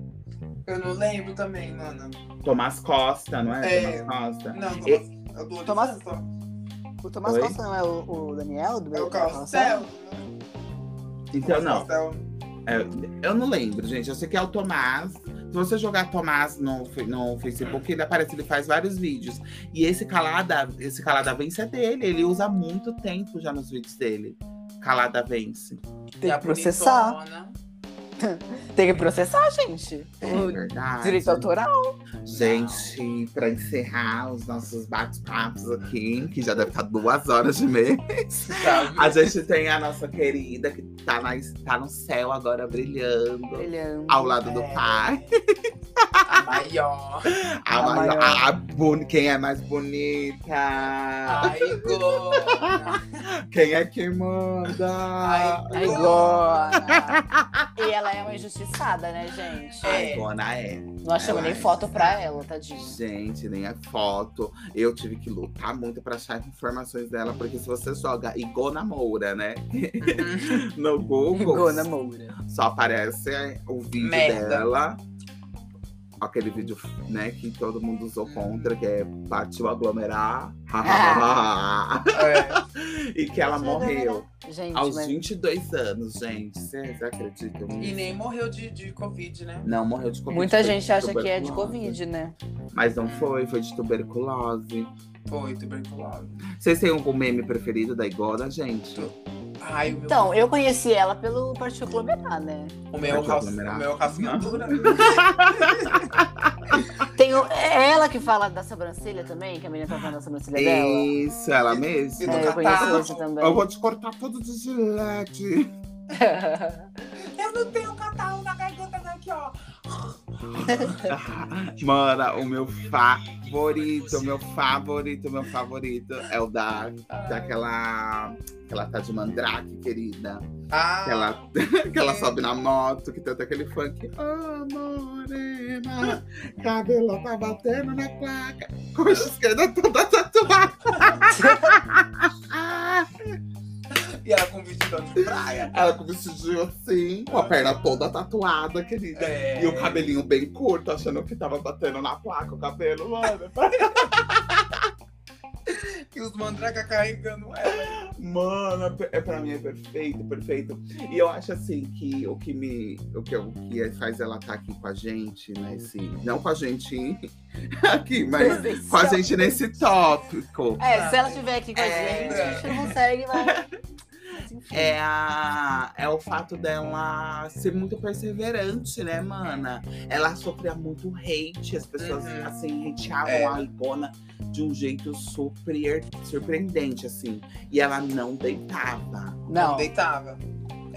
Eu não lembro também, mano. Tomás Costa, não é? É. Tomás Costa. Não, E- Thomas. Eu dou Thomas- licença. O Tomás Oi? Costa não é o, o Daniel do É o Big Brother? Carrossel. Então, não. Carrossel. é, eu não lembro, gente. Eu sei que é o Tomás. Se você jogar Tomás no, fe- no Facebook, ele aparece, ele faz vários vídeos. E esse Calada, esse Calada Vence é dele. Ele usa há muito tempo já nos vídeos dele. Calada Vence. Tem E a que processar. bonitona. Tem que processar, gente. É O verdade. direito autoral. Gente, para encerrar os nossos bate-papos aqui, que já deve estar duas horas de meia, Sabe? a gente tem a nossa querida que tá, na, tá no céu agora brilhando. Brilhante. Ao lado do É. pai. A maior. A, A maior- maior. a- a boni- quem é mais bonita? Ai, gona. Quem é que manda? Ai, Ai, Gona. E ela é uma injustiçada, né, gente? É. A Dona é. Não achamos Ela nem é. foto pra ela, tadinha. Gente, nem a foto. Eu tive que lutar muito pra achar informações dela, porque se você joga Igona Moura, né? no Google, Moura. só aparece é, o vídeo Merda. dela. Aquele vídeo, né, que todo mundo usou contra, que é Partiu Aglomerar. É. e que ela morreu Gente, aos mas... 22 anos, gente. Vocês acreditam E nisso? nem morreu de, de Covid, né? Não, morreu de Covid. Muita foi gente de acha que é de tuberculose. Covid, né? Mas não foi, foi de tuberculose. Foi tuberculose. Vocês têm algum meme preferido da Igona, gente? Ai, o meu. Então, eu conheci ela pelo Partido Glomerar, né? o meu Vai calço, aglomerar. o meu calcinhadura. Tem o- é ela que fala da sobrancelha também, que a menina tá falando da sobrancelha dela. Isso, ela mesma? do É, eu conheci catarro. esse também. Eu vou te cortar tudo de gilete. Eu não tenho catarro na garganta daqui, ó. Mano, o meu favorito, o meu favorito, o meu favorito é o da, daquela. Que ela tá de mandrake, querida. Ah, Que ela, que ela sobe na moto, que tem aquele funk. Ô, morena, cabelo tá batendo na placa. Coxa esquerda toda tatuada. E ela com vestidão de praia. Ela com o vestidinho assim, com a perna toda tatuada, querida. É. E o cabelinho bem curto, achando que tava batendo na placa o cabelo, mano. E os mandraca carregando ela. Mano, é per- é pra mim é perfeito, perfeito. E eu acho assim que o que me. O que, o que faz ela estar aqui com a gente, nesse. Não com a gente aqui, mas com a gente nesse tópico. É, se ela estiver aqui com a É. gente, a gente não consegue, mas. É, a, é o fato dela ser muito perseverante, né, mana? Ela sofria muito hate, as pessoas, Uhum. assim, hateavam É. a Icona de um jeito surpre- surpreendente, assim. E ela não deitava. Não Não. deitava.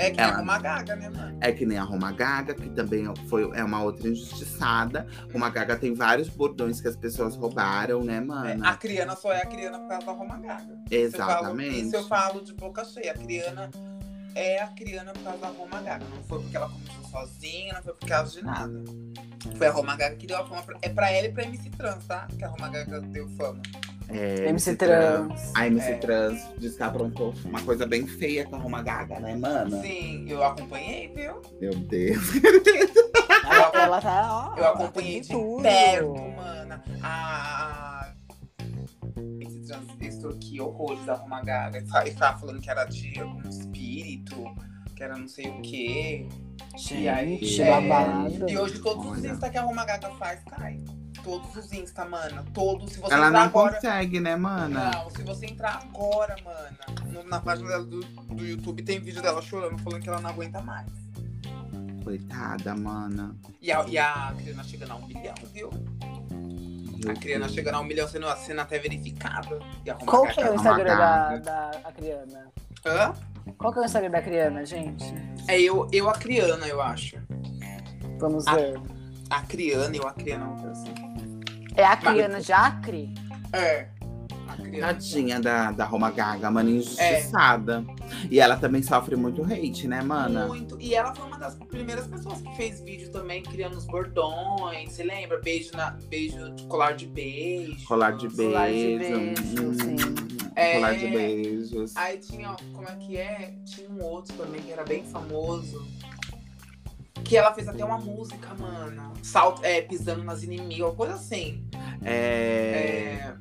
É que é Ela- uma gaga, né, mano? É que nem a Roma Gaga, que também foi, é uma outra injustiçada. Roma Gaga tem vários bordões que as pessoas roubaram, né, É, mana? a Criana só é a Criana por causa da Roma Gaga. Se eu falo- Exatamente. Isso eu falo de boca cheia. A Criana é a Criana por causa da Roma Gaga. Não foi porque ela começou sozinha, não foi por causa de nada. Hum. Foi a Roma Gaga que deu a fama. Pra... É pra ela e pra MC Trans, tá? Que a Roma Gaga deu fama. É, MC Trans. A MC É. Trans diz que ela aprontou uma coisa bem feia com a Roma Gaga, né, mana? Sim, eu acompanhei, viu? Meu Deus. Ela, ela tá, ó. Eu ela acompanhei tem de perto, mana. A. a- Esse transistor aqui, horrores da Roma Gaga. E fa- E tava falando que era de algum espírito, que era não sei o quê. E aí, Gente, é, babado. E hoje todos os Olha. Insta que a Roma Gaga faz, cai. Todos os Insta, mana. Todos. Se você Ela entrar não agora. consegue, né, mana? Não, se você entrar agora, mana, no- na página dela do, do YouTube tem vídeo dela chorando, falando que ela não aguenta mais. Coitada, mana. E a, e a Criana chegando a um milhão, viu? A Criana chegando a um milhão sendo, sendo até verificada. E a Roma Qual Gaga- que é o Uma Instagram da, gaga. da a Criana? Hã? Qual que é o Instagram da Criana, gente? É eu, eu a Criana, eu acho. Vamos Ah. ver. A Criana, eu a Criana, uma coisa assim. É a Criana Jacre? É. A Criana. Tadinha da, da Roma Gaga, É. mana, injustiçada. E ela também sofre muito hate, né, mana? Muito. E ela foi uma das primeiras pessoas que fez vídeo também, criando os bordões. Você lembra? Beijo na. Beijo, colar de beijo. Colar de beijo. Colar de beijo, Hum, sim. Ah. É. Colar de beijos. Aí tinha, ó, como é que é? Tinha um outro também que era bem famoso. Que ela fez até uma música, mano. Salto, é, pisando nas inimigas, uma coisa assim. É, É,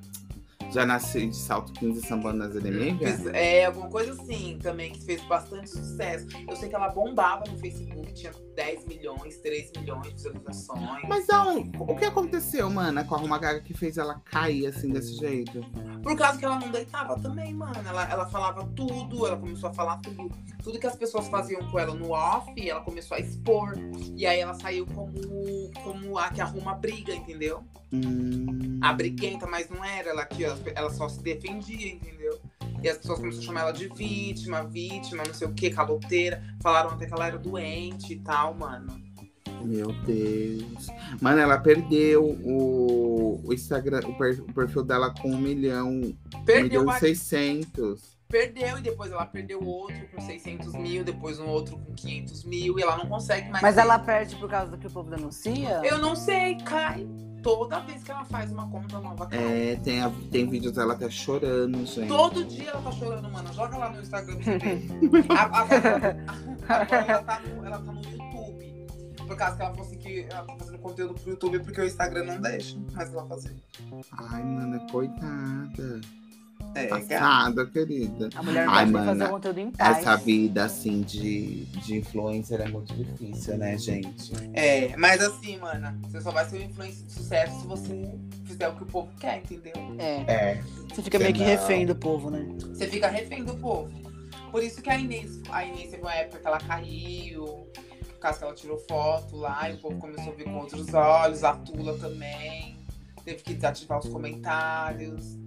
Já nasci de salto 15 sambando nas inimigas? Uhum. Fez- É, alguma coisa assim também, que fez bastante sucesso. Eu sei que ela bombava no Facebook, tinha 10 milhões, 3 milhões de visualizações. Mas não, o que aconteceu, mana, com a Roma Gaga que fez ela cair assim desse jeito? Por causa que ela não deitava também, mano. Ela, ela falava tudo, ela começou a falar tudo. Tudo que as pessoas faziam com ela no off, ela começou a expor. E aí ela saiu como, como a que arruma briga, entendeu? Hum, A briguenta, mas não era ela que ela, ela só se defendia, entendeu? E as pessoas começaram a chamar ela de vítima, vítima, não sei o que, caloteira. Falaram até que ela era doente e tal, mano. meu Deus. Mano, ela perdeu o, o Instagram, o, per- o perfil dela com 1 milhão, 1 Perdeu milhão e vários 600. Perdeu e depois ela perdeu outro com 600 mil, depois um outro com 500 mil e ela não consegue mais. Mas ter. ela perde por causa do que o povo denuncia? Eu não sei, cai. Toda vez que ela faz uma conta nova, cai. É, tem, a- tem vídeos dela até chorando, gente. Todo dia ela tá chorando, mano. Joga lá no Instagram pra você ver. A- a- a- Agora ela tá, no, ela tá no YouTube. Por causa que ela falou assim que ela tá fazendo conteúdo pro YouTube porque o Instagram não deixa mais ela fazer. Ai, mana, coitada. É, gata. Passada, querida. A mulher não Ai, pode mana, fazer conteúdo em paz. Essa vida, assim, de, de influencer é muito difícil, né, gente? é, mas assim, mana, você só vai ser um influencer de sucesso se você fizer o que o povo quer, entendeu? É. É, Você fica meio que Sei não. refém do povo, né? Você fica refém do povo. Por isso que a Inês, a Inês teve uma época que ela caiu, por causa que ela tirou foto lá, e o povo começou a ver com outros olhos, a Tula também. Teve que desativar os comentários.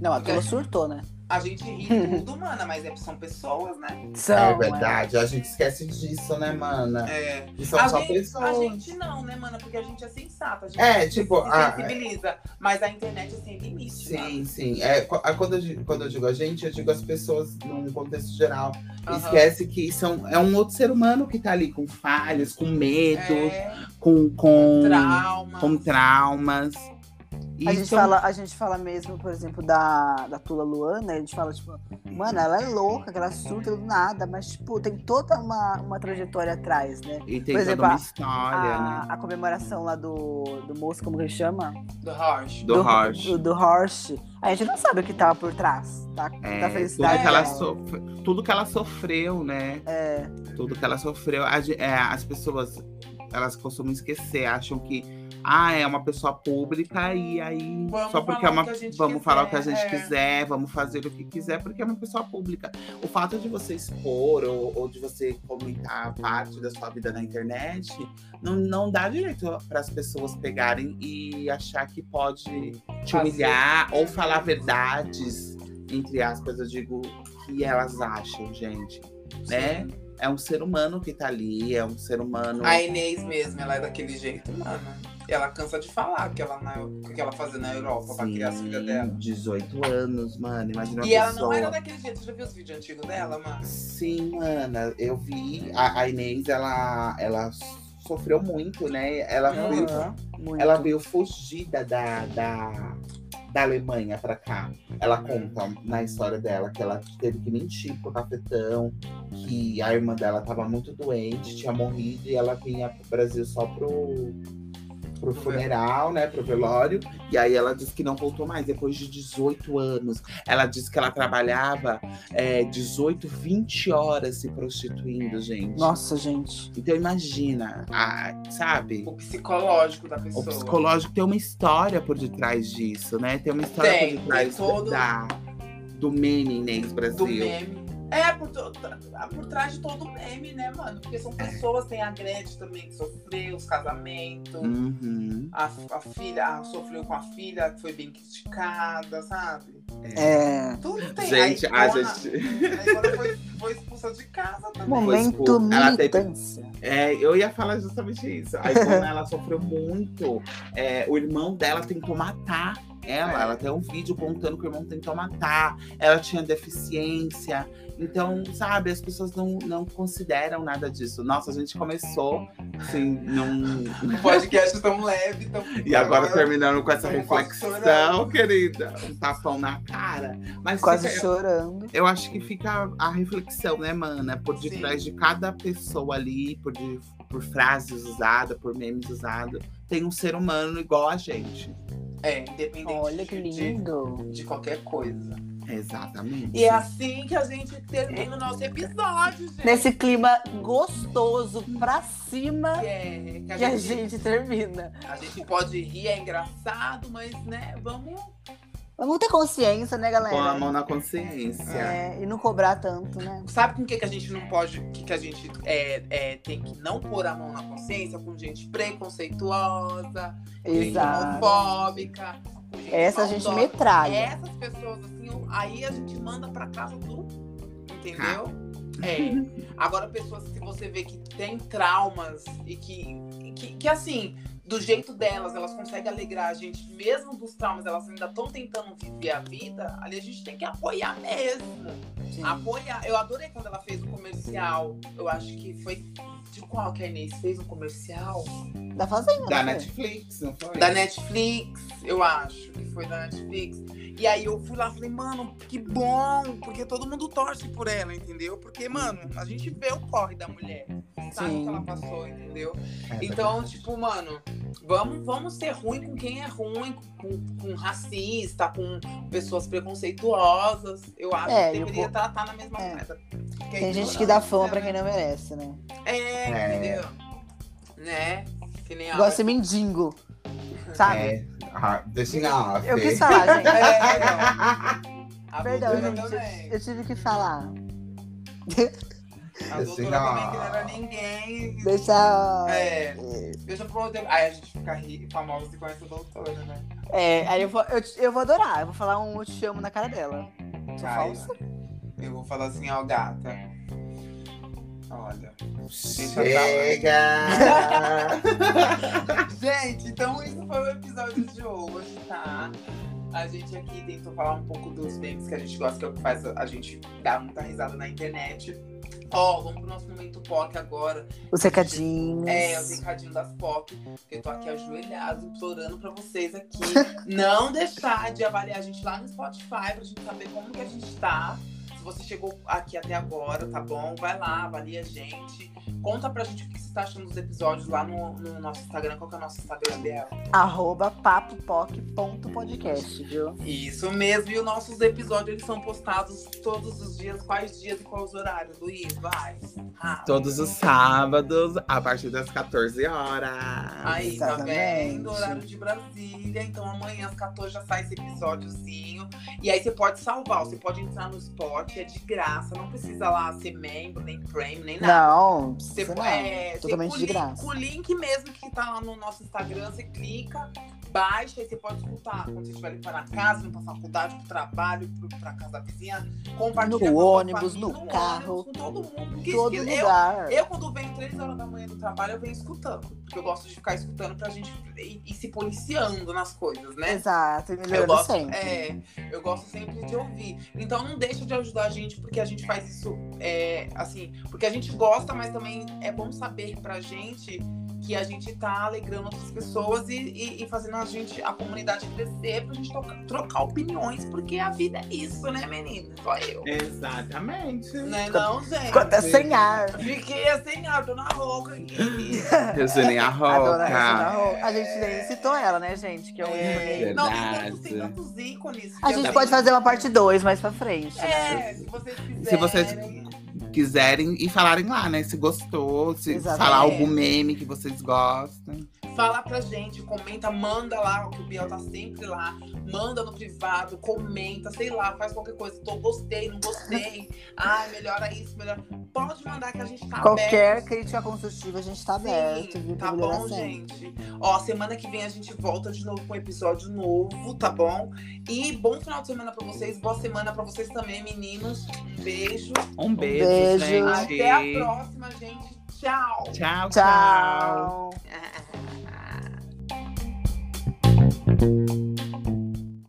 Não, a É. Tula surtou, né? A gente ri tudo, mana, mas é- são pessoas, né? Então, São, é verdade, a gente esquece disso, né, mana? É. Que são a, Então, só gente, a pessoas. gente não, né, mana? Porque a gente é sensata. A gente É, se- tipo, se a- sensibiliza. Mas a internet é sem limite, né? Sim, sim. É, qu- a- quando, eu, digo- quando eu digo a gente, eu digo as pessoas num contexto geral. Aham. Esquece que são, é um outro ser humano que tá ali com falhas, com medos, É, com, com, trauma. com traumas. E um A gente, são- fala, a gente fala mesmo, por exemplo, da, da Tula Luana, a gente fala, tipo, mano, ela é louca, que ela surta do nada, mas, tipo, tem toda uma, uma trajetória atrás, né? E tem por toda exemplo, uma a- história, A, né? a comemoração lá do, do moço, como que ele chama? Do Roche. Do Roche. Do, do Horst. A gente não sabe o que tava por trás, tá? da É, tudo, felicidade que ela dela. sofre, tudo que ela sofreu, né? É, Tudo que ela sofreu. A ge- é, as pessoas, elas costumam esquecer, acham que ah, é uma pessoa pública e aí Vamos só porque falar é o uma que a gente vamos falar o que a quiser, gente é. quiser, vamos fazer o que quiser porque é uma pessoa pública. O fato de você expor ou, ou de você comentar parte da sua vida na internet não, não dá direito para as pessoas pegarem e achar que pode te Fazer. humilhar ou falar verdades entre aspas, eu digo que elas acham, gente, né? É um ser humano que tá ali, é um ser humano. A Inês mesmo, ela é daquele jeito, mano. E ela cansa de falar o que ela, na, o que ela fazia na Europa pra criar as filhas dela. 18 assim, anos, mano. Imagina uma E ela pessoa. não era daquele jeito, você já viu os vídeos antigos dela, mano? Sim, mana, eu vi. A, a Inês, ela, ela sofreu muito, né? Ela, veio, aham, muito. ela veio fugida da, da, da Alemanha pra cá. Ela conta na história dela que ela teve que mentir pro cafetão, que a irmã dela tava muito doente, tinha morrido, e ela vinha pro Brasil só pro. Pro funeral, né? Pro velório. E aí ela disse que não voltou mais, depois de 18 anos. Ela disse que ela trabalhava é, 18, 20 horas se prostituindo, gente. Nossa, gente. Então imagina, a- sabe? O psicológico da O pessoa. psicológico tem uma história por detrás disso, né? Tem uma história Tem, por detrás tem todo- da, do meme Inês do Brasil. meme. É, por, to- tra- por trás de todo meme, né, mano? Porque são É. pessoas, tem a Gretchen também que sofreu, os casamentos. Uhum, A, a filha a- sofreu com a filha, que foi bem criticada, sabe? é. É. Tudo tem. Gente, a Ivona- gente- A Ivona foi, foi expulsa de casa também. Momento expor. tipo, Ela teve- militância. É, eu ia falar justamente isso. A Ivona, ela sofreu muito. É, o irmão dela tentou matar É. ela. Ela tem um vídeo contando que o irmão tentou matar. Ela tinha deficiência. Então, sabe, as pessoas não, não consideram nada disso. Nossa, a gente começou, assim, num, Um podcast tão leve, tão. E agora terminando com essa Estamos quase reflexão, chorando. querida. Um tapão na cara. Mas Quase um fica- chorando. eu acho que fica a reflexão, né, mana? Por Sim. detrás de cada pessoa ali, por, de- por frases usadas, por memes usados, tem um ser humano igual a gente. É, independente Olha que de- lindo. De, qualquer coisa. Exatamente. E é assim que a gente termina o nosso episódio, gente. Nesse clima gostoso pra cima Que, é- que a que a gente- gente termina. A gente pode rir, é engraçado, mas né, vamos. Vamos ter consciência, né, galera? Com a mão assim, na consciência. É, e não cobrar tanto, né? Sabe com o que, que a gente não pode, o que, que a gente é, é, tem que não pôr a mão na consciência? Com gente preconceituosa, gente Exato. homofóbica. com gente Essa a gente maldosa. metralha. Essas pessoas, assim, eu- aí a gente manda pra casa do. Entendeu? É. Agora, pessoas que você vê que tem traumas e que, que, que, assim, do jeito delas, elas conseguem alegrar a gente, mesmo dos traumas, elas ainda estão tentando viver a vida, ali a gente tem que apoiar mesmo. Apoiar. Eu adorei quando ela fez um comercial. Eu acho que foi. De qual que a Inês fez um comercial? Da fazenda. Da né? Netflix, não foi? Da Netflix, eu acho que foi da Netflix. E aí eu fui lá e falei, mano, que bom, porque todo mundo torce por ela, entendeu? Porque, mano, a gente vê o corre da mulher, sabe o Sim. que ela passou, entendeu? É, da- Então, tipo, mano, vamos, vamos ser ruim com quem é ruim, com, com racista, com pessoas preconceituosas. Eu acho É, que eu deveria vou- tratar na mesma É. moeda. Porque Tem é gente que dá ignorância, fama pra né? quem não merece, né? É, É. entendeu? Né? Que nem a. Igual esse mendigo. Sabe? É, ah, deixa em off. Eu quis falar, gente. É, a Perdão, doutora gente. também. Eu, eu tive que falar. A Assim, doutora ó. também que não era ninguém. Deixar. É, deixa pra outra. Aí a gente fica ri- famosa e conhece a doutora, né? É, aí eu vou, eu, eu vou adorar. Eu vou falar um eu te amo na cara dela. Sou Ai, falsa? Eu vou falar assim, ó, gata. Olha. Chega! Gente, então isso foi o episódio de hoje, tá? A gente aqui tentou falar um pouco dos memes que a gente gosta, que é o que faz a gente dar muita risada na internet. Ó, vamos pro nosso momento POC agora. Os recadinhos. É, o recadinho das POC. Porque eu tô aqui ajoelhado, implorando pra vocês aqui. não deixar de avaliar a gente lá no Spotify pra gente saber como que a gente tá. Se você chegou aqui até agora, tá bom? Vai lá, avalia a gente. Conta pra gente o que você tá achando dos episódios lá no, no nosso Instagram. Qual que é o nosso Instagram, Bel? Arroba papopoc.podcast, viu? Isso mesmo, e os nossos episódios eles são postados todos os dias, quais dias e quais horários, Luiz, vai. Ah, Todos os sábados, a partir das 14 horas. aí, tá exatamente. vendo? Horário de Brasília, então amanhã às 14 já sai esse episódiozinho. E aí você pode salvar, você pode entrar no spot, é de graça, não precisa lá ser membro, nem prêmio, nem nada. Não, Você, sei lá. é, você totalmente com o de link- graça. com O link mesmo que tá lá no nosso Instagram, você clica, baixa e você pode escutar quando você estiver indo para casa, indo pra faculdade, pro trabalho, pro, pra casa da vizinha, compartilha No com a sua ônibus, família, no carro, ônibus, com todo mundo. Em Porque todo eu, lugar. eu, quando venho três horas da manhã do trabalho, eu venho escutando. Porque eu gosto de ficar escutando pra gente ir, ir se policiando nas coisas, né? Exato, e Eu melhorando gosto, sempre. é, eu gosto sempre de ouvir. Então não deixa de ajudar a gente, porque a gente faz isso é, assim, porque a gente gosta, mas também é bom saber pra gente que a gente tá alegrando outras pessoas e, e- e fazendo a gente, a comunidade crescer, pra gente troca- trocar opiniões, porque a vida é isso, né, menina? Só eu. Exatamente. Não é não, Ficou gente? até sem ar. Fiquei assim, ah, tô na rouca aqui. Eu sou nem a A dona Regina roca. Ro- A gente nem citou ela, né, gente? Que é um ícone. É, não, tem tantos, tem Verdade. tantos ícones. que A eu gente tenho. pode fazer uma parte 2 mais pra frente. É, se vocês quiserem. Se vocês Quiserem e falarem lá, né? Se gostou, se Exatamente. falar algum meme que vocês gostam. Fala pra gente, comenta, manda lá, que o Biel tá sempre lá. Manda no privado, comenta, sei lá, faz qualquer coisa. Tô, gostei, não gostei. Ai, melhora isso, melhora. Pode mandar que a gente tá Qualquer aberto. crítica construtiva a gente tá Sim, aberto, viu? Pra tá melhorar bom, sempre. gente. Ó, semana que vem a gente volta de novo com um episódio novo, tá bom? E bom final de semana pra vocês, boa semana pra vocês também, meninos. Um beijo. Um beijo, beijo. gente. Até a próxima, gente. Tchau. Tchau, tchau. Tchau.